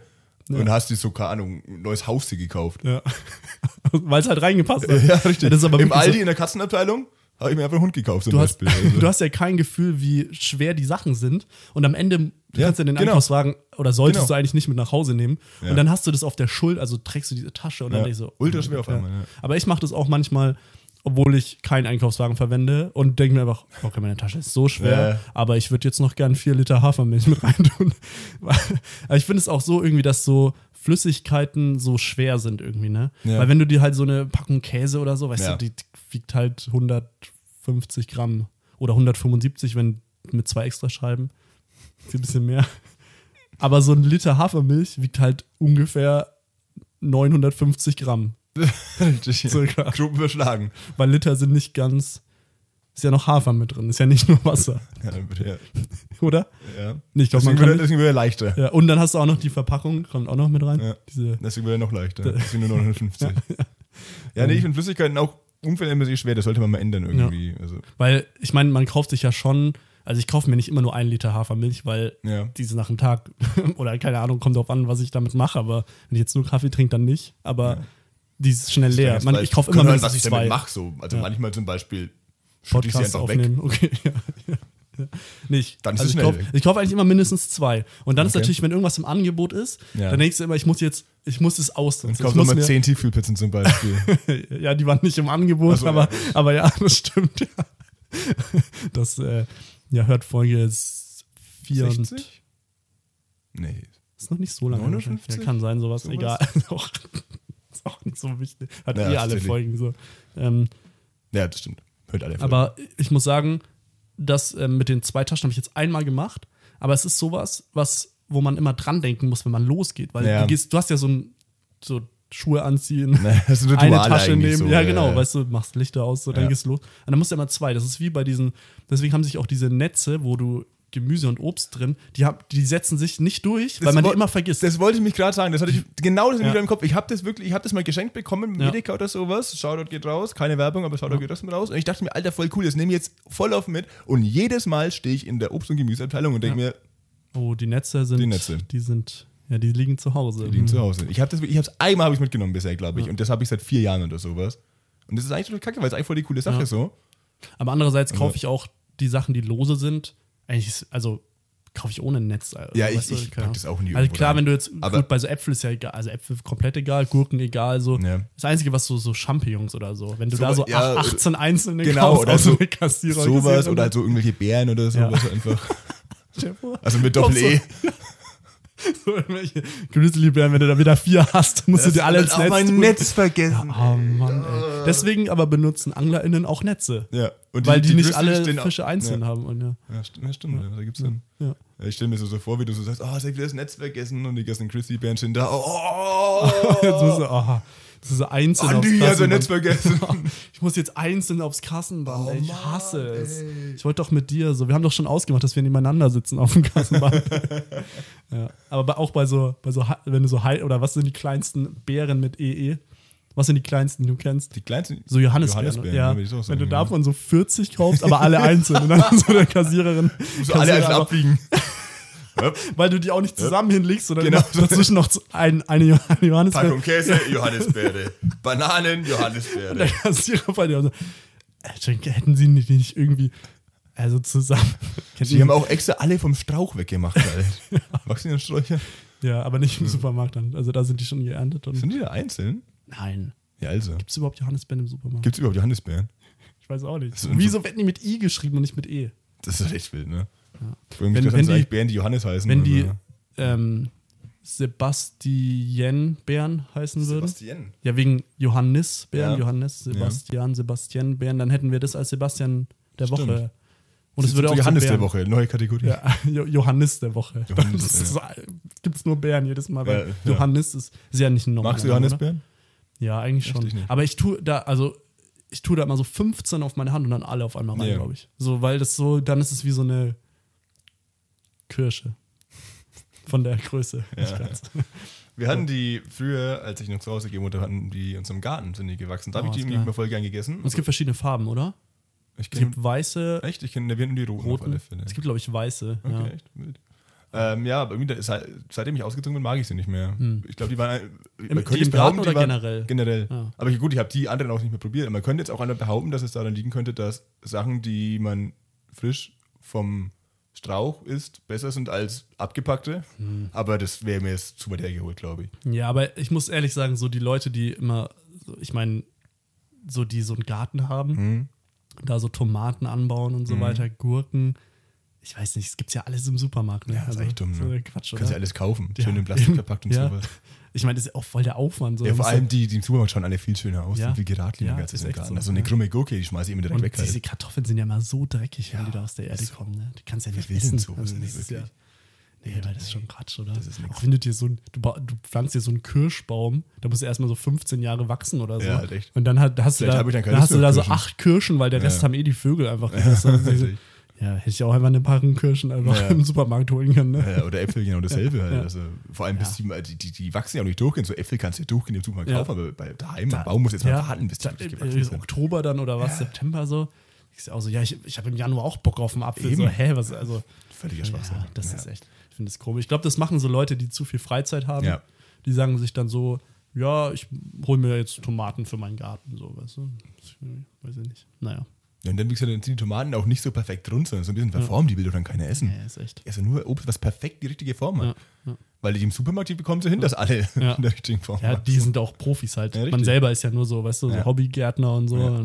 Und hast dir so, keine Ahnung, ein neues Haustier gekauft. Ja. Weil es halt reingepasst hat. Ja, richtig. Das ist aber Im wirklich so- Aldi in der Katzenabteilung habe ich mir einfach einen Hund gekauft. Zum Du hast, Beispiel. (laughs) Also- du hast ja kein Gefühl, wie schwer die Sachen sind. Und am Ende du Ja, kannst du ja den genau. Einkaufswagen oder solltest Genau. du eigentlich nicht mit nach Hause nehmen. Ja. Und dann hast du das auf der Schulter, also trägst du diese Tasche und Ja. dann denkst du, so, Ultra oh schwer mein auf Gott, einmal, ja. Aber ich mache das auch manchmal, obwohl ich keinen Einkaufswagen verwende und denke mir einfach, okay, meine Tasche ist so schwer, Ja. aber ich würde jetzt noch gern vier Liter Hafermilch mit reintun. (laughs) aber ich finde es auch so irgendwie, dass so Flüssigkeiten so schwer sind irgendwie, ne? Ja. Weil wenn du dir halt so eine Packung Käse oder so, weißt Ja. du, die wiegt halt 150 Gramm oder 175, wenn mit zwei extra Scheiben. Ist ein bisschen mehr. Aber so ein Liter Hafermilch wiegt halt ungefähr 950 Gramm. Richtig. Circa. Grob überschlagen. Weil Liter sind nicht ganz. Ist ja noch Hafer mit drin, ist ja nicht nur Wasser, (laughs) Ja, dann wird er- oder? ja. Nee, ich glaube, man kann Deswegen, wird er, nicht. deswegen wird er leichter. Ja, und dann hast du auch noch die Verpackung, kommt auch noch mit rein. Ja. Diese, Deswegen wird er noch leichter. Deswegen (laughs) nur 950. ja, nee, ich finde Flüssigkeiten auch unverhältnismäßig schwer. Das sollte man mal ändern irgendwie. Also, weil ich meine, man kauft sich ja schon, also ich kaufe mir nicht immer nur einen Liter Hafermilch, weil Ja. diese nach dem Tag (laughs) oder keine Ahnung, kommt drauf an, was ich damit mache, aber wenn ich jetzt nur Kaffee trinke, dann nicht. Aber die ist schnell leer. Man, ich kaufe immer Kommt nur an, was ich damit mache. So. Also manchmal zum Beispiel schütte ich sie Podcast einfach weg. aufnehmen. (laughs) Okay, ja. ja, ja. Nee, ich, Dann ist also es ich schnell kaufe weg. kauf eigentlich immer mindestens zwei. Und dann ist Okay. natürlich, wenn irgendwas im Angebot ist, Ja. dann denkst du immer, ich muss jetzt, ich muss es ausnutzen. Dann Ich kaufst du muss mal mir- 10 Tiefkühlpizzen zum Beispiel. (laughs) ja, die waren nicht im Angebot, Ach so, aber, ja. aber ja, (laughs) das stimmt. Ja. Das äh, ja, hört Folge 4 und 60? Nee. ist noch nicht so lange. 59? Ja, kann sein, sowas, Sowas? egal. (laughs) auch, ist auch nicht so wichtig. Hat Ja, eh alle natürlich. Folgen so. Ähm, Ja, das stimmt. Hört alle Folgen. aber ich muss sagen, das ähm, mit den zwei Taschen habe ich jetzt einmal gemacht, aber es ist sowas, was, wo man immer dran denken muss, wenn man losgeht. Weil Ja. du, gehst, du hast ja so, ein, so Schuhe anziehen, (laughs) das sind eine Rituale Tasche nehmen. eigentlich so, ja, ja, genau, ja. weißt du, machst Lichter aus, so, dann Ja. gehst du los. Und dann musst du immer zwei. Das ist wie bei diesen, deswegen haben sich auch diese Netze, wo du Gemüse und Obst drin, die, hab, die setzen sich nicht durch, weil Das man die woll- immer vergisst. Das wollte ich mich gerade sagen. Das hatte ich genau das Ja. wieder im Kopf. Ich habe das wirklich, ich habe das mal geschenkt bekommen, Ja. Medica oder sowas. Shoutout geht raus, keine Werbung, aber Shoutout geht trotzdem raus. Und ich dachte mir, Alter, voll cool, das nehme ich jetzt voll auf mit. Und jedes Mal stehe ich in der Obst- und Gemüseabteilung und denke mir, oh, die Netze sind. Die Netze. Die sind, ja, die liegen zu Hause. die liegen zu Hause. Ich habe das, ich habe es einmal habe ich mitgenommen bisher, glaube ich. Und das habe ich seit vier Jahren oder sowas. Und das ist eigentlich schon kacke, weil es eigentlich voll die coole Sache Ja. so. Aber andererseits kaufe Also- ich auch die Sachen, die lose sind. Eigentlich, ist- also kaufe ich ohne Netz. Also, Ja, ich- weißt du, ich keine pack das Ahnung. auch nie Also irgendwo klar, rein. wenn du jetzt, Aber- gut, bei so Äpfel ist ja egal, also Äpfel komplett egal, Gurken egal, so. Ja. Das Einzige, was so, so Champignons oder so, wenn du So- da so ja, ach- 18 einzelne genau, oder aus so- dem Kassierer Sowas Kassiererin. oder halt so irgendwelche Bären oder sowas Ja. einfach. Stell dir vor, Also (laughs) mit kaufst Doppel-E. So, so irgendwelche Grizzlybären, wenn du da wieder vier hast, musst du dir alle ins Netz tun. vergessen. Oh Mann, ey. Deswegen aber benutzen AnglerInnen auch Netze. Ja. Und weil die, nicht Grizzlies alle stehen auch- Fische einzeln ja. haben. Und ja. Ja, stimmt, ja, stimmt da gibt's dann. Ja. Ja, Ich stelle mir so, so vor, wie du so sagst, oh, ich hab wieder das Netz vergessen und die ganzen Chrissy Bären stehen da. (laughs) Oh, also Jetzt müssen wir, aha, das ist einzeln Andi aufs hat sein (laughs) Netz Kassenband. vergessen. Ich muss jetzt einzeln aufs Kassenband. Oh ey, ich Mann, hasse es. ey. Ich wollte doch mit dir so. Wir haben doch schon ausgemacht, dass wir nebeneinander sitzen auf dem (laughs) Kassenband. ja, aber bei, auch bei so, bei so, Hai- wenn du so Hai oder was sind die kleinsten Bären mit EE? Was sind die kleinsten, die du kennst? Die kleinsten. So Johannisbeeren. Johannisbeeren, ja. ja, will ich auch wenn sagen, du ja. davon so 40 kaufst, aber alle einzeln. und (laughs) dann so der Kassiererin. so alle Kassierer einfach einfach- (laughs) abwiegen. weil du die auch nicht zusammen hinlegst, sondern Genau. immer dazwischen noch zu- ein, eine Johann- Johannisbeere. Packung Käse, Johannisbeere. Bananen, Johannisbeere. der Kassierer bei dir und so, Alter, hätten sie nicht, nicht irgendwie, also (laughs) zusammen. Die haben auch extra alle vom Strauch weggemacht. (laughs) Maximiliansträucher. ja, aber nicht im Supermarkt dann. Also da sind die schon geerntet. Und Sind die da einzeln? Nein. Ja, also. Gibt es überhaupt Johannisbeeren im Supermarkt? Gibt's überhaupt Johannisbeeren? Ich weiß auch nicht. sind Wieso werden die mit I geschrieben und nicht mit E? Das ist echt wild, ne? Wenn, Wenn- das wenn sind die- eigentlich Bären, die Johannes heißen. Wenn oder die so. ne? ähm, Sebastian-Bären heißen würden. Sebastian. Ja, wegen Johannis Bären, Ja. Johannes, Sebastian, Sebastian Bären, dann hätten wir das als Sebastian der Stimmt. Woche Und es würde auch zu Johannes der Bären- Woche, neue Kategorie. Ja, (laughs) Jo- Johannes der Woche. Johannes, das ist, gibt es nur Bären jedes Mal, weil Ja, ja. Johannes ist, ist ja nicht ein Normal. Magst du Johannisbeeren? Ja, eigentlich schon. Richtig nicht. Aber ich tue da, also ich tue da immer so 15 auf meine Hand und dann alle auf einmal rein, Ja. glaube ich. So, weil das so, dann ist es wie so eine Kirsche. Von der Größe. Ja, Wir hatten die früher, als ich noch zu Hause gewohnt habe, hatten die in unserem Garten sind die gewachsen. Da habe Oh, ich die ist irgendwie geil. immer voll gern gegessen. Und es gibt verschiedene Farben, oder? Ich Es kenn, gibt weiße, echt, ich kenne wir hatten die roten, auf roten. alle Fälle. Es gibt, glaube ich, weiße. okay, Ja. echt wild. Ähm, ja, aber irgendwie, da- seit, seitdem ich ausgezogen bin, mag ich sie nicht mehr. Ich glaube, die waren. die Hm. im Garten oder generell? Generell. Ja. Aber gut, ich habe die anderen auch nicht mehr probiert. Man könnte jetzt auch einer behaupten, dass es daran liegen könnte, dass Sachen, die man frisch vom Strauch isst, besser sind als abgepackte. Hm. Aber das wäre mir jetzt zu weit hergeholt, glaube ich. Ja, aber ich muss ehrlich sagen, so die Leute, die immer, so- ich meine, so die so einen Garten haben, Mhm. da so Tomaten anbauen und so weiter, Gurken, ich weiß nicht, es gibt ja alles im Supermarkt. Ne? Ja, Das ist echt dumm. So Ne? Quatsch, Kannst oder? ja alles kaufen. Ja, Schön in Plastik eben. verpackt und ja. sowas. Ich meine, das ist auch voll der Aufwand. So. Ja, Da vor musst allem du- die, die im Supermarkt schauen alle viel schöner aus. Ja. Und viel geradliniger Ja, als das im ist echt Garten. so, also eine ja. krumme Gurke, die schmeiße ich immer direkt und weg. diese Halt. Kartoffeln sind ja mal so dreckig, wenn die da aus der Erde kommen. Ne? Die kannst du ja nicht will denn essen. Also sowas nicht das ist wirklich? Nee, weil das ist schon Quatsch, oder? ist nix. auch wenn du dir so ein, du, ba- du pflanzt dir so einen Kirschbaum, da musst du erstmal so 15 Jahre wachsen oder so. Ja, halt echt. Und dann hat, da hast du Vielleicht da, hab ich dann keine dann hast du Lust mehr da auf so Kirschen. acht Kirschen, weil der Rest Ja. haben eh die Vögel (laughs) einfach gegessen. Also diese- echt. ja, hätte ich auch einfach eine Packung Kirschen einfach Ja. im Supermarkt holen können. Ne? Ja, oder Äpfel, genau dasselbe. halt. ja. Also, vor allem, bis die, die, die wachsen ja auch nicht durchgehen. So Äpfel kannst du ja durchgehen im Supermarkt Ja. kaufen, aber bei, daheim am Baum musst du jetzt mal warten, bis die da, wirklich äh, gewachsen ist sind. Oktober dann oder was, September so. Ich sag auch so, ja, ich, ich habe im Januar auch Bock auf einen Apfel. So, Eben. hä, was, also. Völliger Ja, Schwachsinn. das ne? Ja. ist echt, ich finde das komisch. Ich glaube, das machen so Leute, die zu viel Freizeit haben. Ja. Die sagen sich dann so, ja, ich hole mir jetzt Tomaten für meinen Garten, so, weißt du. Das, äh, weiß ich nicht. Naja, Ja, und dann, wie gesagt, dann sind die Tomaten auch nicht so perfekt rund, sondern so ein bisschen verformt, die will doch dann keiner essen. ja, ist echt. Also nur Obst, was perfekt die richtige Form hat. Ja, ja. Weil die im Supermarkt, die bekommst du hin, dass alle Ja. (laughs) in der richtigen Form Ja, wachsen. die sind auch Profis halt. Ja, Man richtig. selber ist ja nur so, weißt du, so Ja. Hobbygärtner und so. Ja.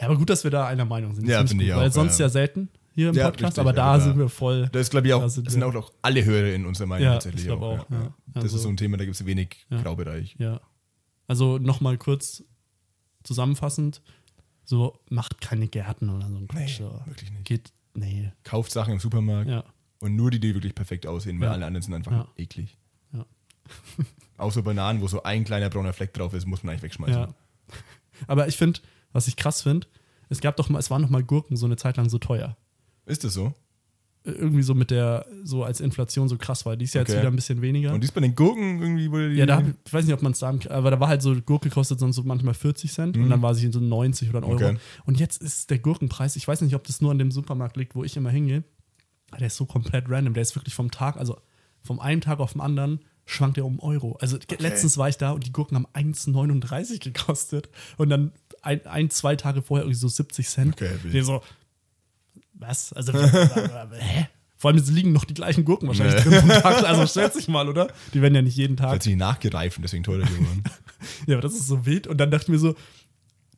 Ja. aber gut, dass wir da einer Meinung sind. Das Ja, find finde gut, ich Weil auch, sonst ja. ja, selten hier im Ja, Podcast, richtig, aber da also da- sind wir voll. Das ist, glaube ich, auch, Da das sind sind wir- auch noch alle Hörer in unserer Meinung Ja, tatsächlich. ich glaub auch, ja. Das Also- ist so ein Thema, da gibt es wenig Ja. Graubereich. Ja. Also nochmal kurz zusammenfassend: so macht keine Gärten oder so ein Quatsch. Nee, so. wirklich nicht. Geht, nee. Kauft Sachen im Supermarkt Ja. und nur die, die wirklich perfekt aussehen, weil Ja. alle anderen sind einfach Ja. eklig. (laughs) Ja. Auch so Bananen, wo so ein kleiner brauner Fleck drauf ist, muss man eigentlich wegschmeißen. ja. Aber ich finde, was ich krass finde, es gab doch mal, es waren noch mal Gurken so eine Zeit lang so teuer. Ist das so? Äh, Irgendwie so mit der, so als Inflation so krass war. Die ist ja jetzt Okay. wieder ein bisschen weniger. Und die ist bei den Gurken irgendwie, wo die. Ja, da, hab ich- ich weiß nicht, ob man es da, am- aber da war halt so, Gurke kostet sonst so manchmal 40 Cent und dann war sie so 90 oder ein Euro. Mhm. Okay. Und jetzt ist der Gurkenpreis, ich weiß nicht, ob das nur an dem Supermarkt liegt, wo ich immer hingehe, aber der ist so komplett random. Der ist wirklich vom Tag, also vom einen Tag auf den anderen schwankt er um einen Euro. Also ge- letztens war ich da und die Gurken haben 1,39 gekostet und dann ein, ein, zwei Tage vorher irgendwie so 70 Cent. Okay, wild. Wir so, was? Also, (laughs) hä? Vor allem, es liegen noch die gleichen Gurken wahrscheinlich Nee. drin vom Tag. Also, schätze ich mal, oder? Die werden ja nicht jeden Tag Hat sie nachgereift und deswegen teurer (laughs) geworden. ja, aber das ist so wild. Und dann dachte ich mir so,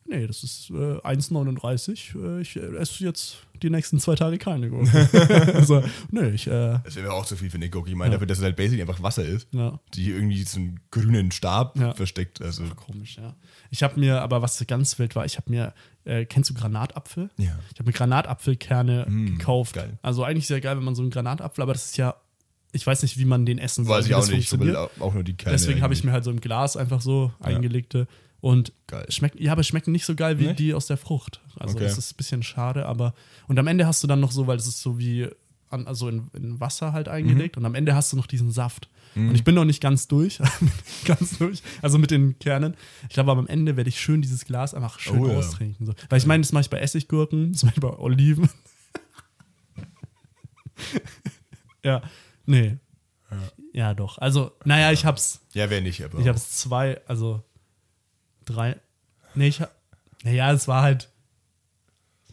nee, das ist äh, 1,39. Äh, ich äh, esse jetzt die nächsten zwei Tage keine Gurke. (laughs) (laughs) also, nee, ich, äh, das wäre mir auch zu viel für eine Gurke. Ich meine, dafür, dass es halt basically einfach Wasser ist, Ja. die irgendwie so einen grünen Stab Ja. versteckt. Also, komisch, ja. Ich habe mir, aber was ganz wild war, ich habe mir, äh, kennst du Granatapfel? Ja. Mm, Ich habe mir Granatapfelkerne gekauft. geil. Also eigentlich sehr geil, wenn man so einen Granatapfel, aber das ist ja, ich weiß nicht, wie man den essen soll. weiß wie ich auch das nicht. Ich will funktioniert. auch auch nur die Kerne. Deswegen habe ich eigentlich. mir halt so im Glas einfach so eingelegte. Und Geil. schmeckt, ja, aber schmecken nicht so geil wie Nicht? die aus der Frucht. Also Okay. das ist ein bisschen schade, aber. Und am Ende hast du dann noch so, weil es ist so wie an, also in, in Wasser Mhm. halt eingelegt und am Ende hast du noch diesen Saft. Und ich bin noch nicht ganz durch. (laughs) ganz durch. Also mit den Kernen. Ich glaube, aber am Ende werde ich schön dieses Glas einfach schön Oh ja. austrinken. So. Weil ich meine, das mache ich bei Essiggurken, das mache ich bei Oliven. (laughs) ja. Nee. Ja. doch. Also, naja, ich hab's. Ja, wer nicht, aber. Ich habe es zwei, also drei. Nee, ich hab. Naja, es war halt.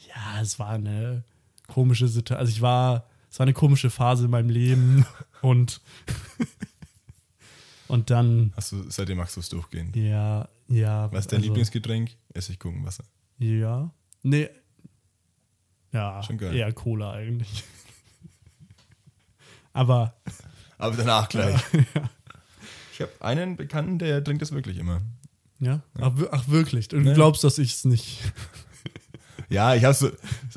Ja, es war eine komische Situation. Also ich war. Es war eine komische Phase in meinem Leben. Und. (laughs) und dann. Hast du, seitdem magst du es durchgehen. Ja, ja. Was ist dein also, Lieblingsgetränk? Essiggurkenwasser. Ja. Nee. Ja, Schon geil. eher Cola eigentlich. (laughs) Aber Aber danach gleich. (laughs) Ich habe einen Bekannten, der trinkt das wirklich immer. ja, Ach, wir- ach wirklich. Und du Nee. glaubst, dass ich es nicht. Ja, ich habe so,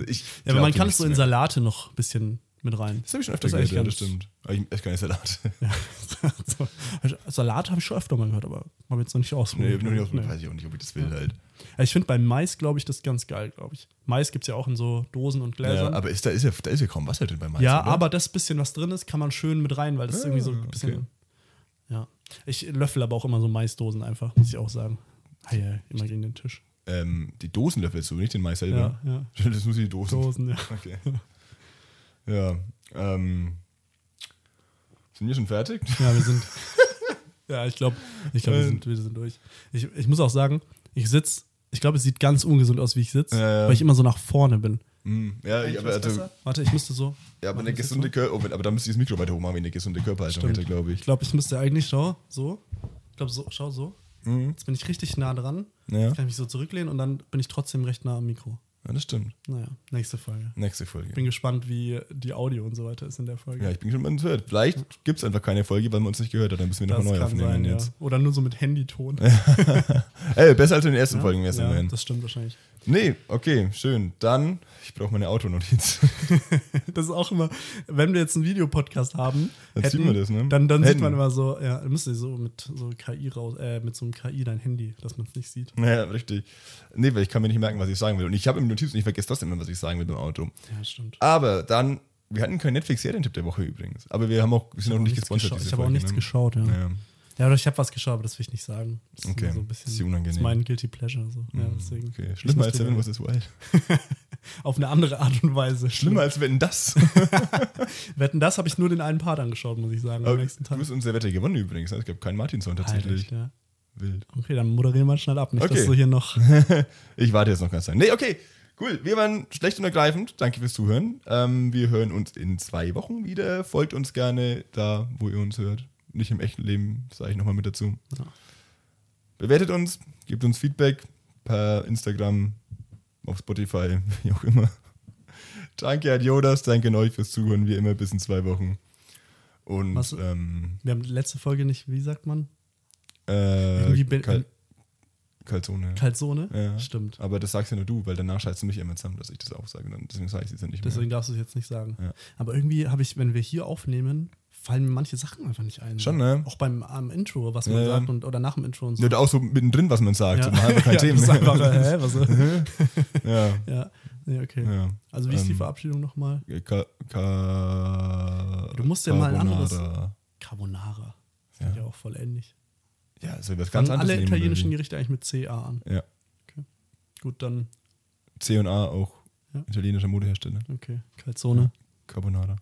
Ich Ja, aber man glaub dir kann es nichts so in mehr. Salate noch ein bisschen mit rein. Das habe ich schon öfter Das ist gehört, ja, das eigentlich stimmt. Aber ich esse keine Salat. Ja. so, Salat habe ich schon öfter mal gehört, aber habe jetzt noch nicht nee, ausprobiert. nur nicht (laughs) aus, Nee. Weiß ich auch nicht, ob ich das will halt. Also ich finde bei Mais, glaube ich, das ganz geil, glaube ich. Mais gibt es ja auch in so Dosen und Ja, Gläsern. Ja, aber, aber ist, da, ist ja, da ist ja kaum Wasser drin bei Mais. oder? das bisschen, was drin ist, kann man schön mit rein, weil das ist Ah, irgendwie so ein bisschen. okay. Ja. Ich löffel aber auch immer so Maisdosen einfach, muss ich auch sagen. Ah, ja, immer gegen den Tisch. Ähm, die Dosen löffelst du, nicht den Mais selber. Ja, ja. (laughs) Das sind nur die Dosen. Dosen, ja. Okay. Ja. Ähm, sind wir schon fertig? Ja, wir sind. (laughs) ja, ich glaube, ich glaub, wir, sind, wir sind durch. Ich, ich muss auch sagen, ich sitze. Ich glaube, es sieht ganz ungesund aus, wie ich sitze, Ja, ja. weil ich immer so nach vorne bin. Hm, ja, ich, aber, also, Warte, ich müsste so. ja, Machen aber eine wir das jetzt gesunde mal? Körper. Oh, aber da müsste ich das Mikro weiter hochmachen, wenn ich eine gesunde Körperhaltung Stimmt. hätte, glaube ich. Ich glaube, ich müsste eigentlich, schau, so. Ich glaube, so, schau, so. Hm? Jetzt bin ich richtig nah dran. Ja. Jetzt kann ich mich so zurücklehnen und dann bin ich trotzdem recht nah am Mikro. Ja, das stimmt. Naja, nächste Folge. Nächste Folge. Ich bin gespannt, wie die Audio und so weiter ist in der Folge. ja, ich bin schon mal enttäuscht. Vielleicht gibt es einfach keine Folge, weil man uns nicht gehört hat. Dann müssen wir nochmal neu aufnehmen jetzt. Oder nur so mit Handyton. Ey, besser als in den ersten Ja, Folgen wäre es ja, immerhin. Das stimmt wahrscheinlich. (laughs) Nee, okay, schön. Dann, ich brauche meine Autonotiz. (laughs) Das ist auch immer, wenn wir jetzt einen Videopodcast haben, Dann sieht man das, ne? Dann, dann sieht Hätten. man immer so, ja, müsst ihr so mit so KI raus, äh, mit so einem KI dein Handy, dass man es nicht sieht. Naja, richtig. Nee, weil ich kann mir nicht merken, was ich sagen will. Und ich habe im Notizen, ich vergesse das immer, was ich sagen will beim Auto. Ja, stimmt. Aber dann, wir hatten keinen Netflix-Serientipp der Woche übrigens. Aber wir haben auch, wir sind auch nicht Nichts gesponsert. geschaut. diese Ich habe auch Folge, nichts ne? geschaut, ja. Ja. Ja, oder ich habe was geschaut, aber das will ich nicht sagen. Das ist Okay, immer so ein das ist bisschen, die unangenehm. Mhm, Das ist mein Guilty Pleasure. So. Ja, deswegen. Okay, Das schlimmer musst als du Seven mir- was is wild. Auf eine andere Art und Weise. (laughs) Schlimmer als wenn das. Wetten, das habe ich nur den einen Part angeschaut, muss ich sagen, Aber am du nächsten Tag. hast unser Wette gewonnen übrigens. ne? Es gab keinen Martinson Heilig, tatsächlich. ja. Wild. Okay, dann moderieren wir schnell ab. Nicht, Okay. dass du hier noch. (laughs) Ich warte jetzt noch ganz lange. Nee, okay. Cool. Wir waren schlecht und ergreifend. Danke fürs Zuhören. Ähm, wir hören uns in zwei Wochen wieder. Folgt uns gerne da, wo ihr uns hört. Nicht im echten Leben, sage ich nochmal mit dazu. Ja. Bewertet uns, gebt uns Feedback per Instagram, auf Spotify, (laughs) wie auch immer. Danke an Jodas, danke an euch fürs Zuhören, wie immer, bis in zwei Wochen. Und Was- ähm, Wir haben die letzte Folge nicht, wie sagt man? äh, Irgendwie bin- Kal Kalzone. Kalzone? Ja. Stimmt. Aber das sagst ja nur du, weil danach scheißt du mich immer zusammen, dass ich das auch sage. Dann- Deswegen sage ich es ja nicht mehr. Deswegen darfst du es jetzt nicht sagen. Ja. Aber irgendwie habe ich, wenn wir hier aufnehmen, fallen mir manche Sachen einfach nicht ein. Schon, ne? Auch beim am Intro, was man Ja, ja. sagt und, oder nach dem Intro und so. Ja, und auch so mittendrin, was man sagt. Ja. (laughs) So, man hat kein ja, Thema. Das ist einfach, äh, hä, was, (laughs) ja, ja. Nee, okay. ja. Also wie ist die Ähm, Verabschiedung nochmal? Ka Ka Du musst ja mal ein anderes- Carbonara. Carbonara. Das Ja. ja. ja auch voll ähnlich. Ja, soll was ganz Fangen anderes alle nehmen, oder italienischen wie? Gerichte eigentlich mit CA an. Ja. Gut, dann, C und A auch Ja. Hm. italienischer Modehersteller. okay, Calzone. Carbonara.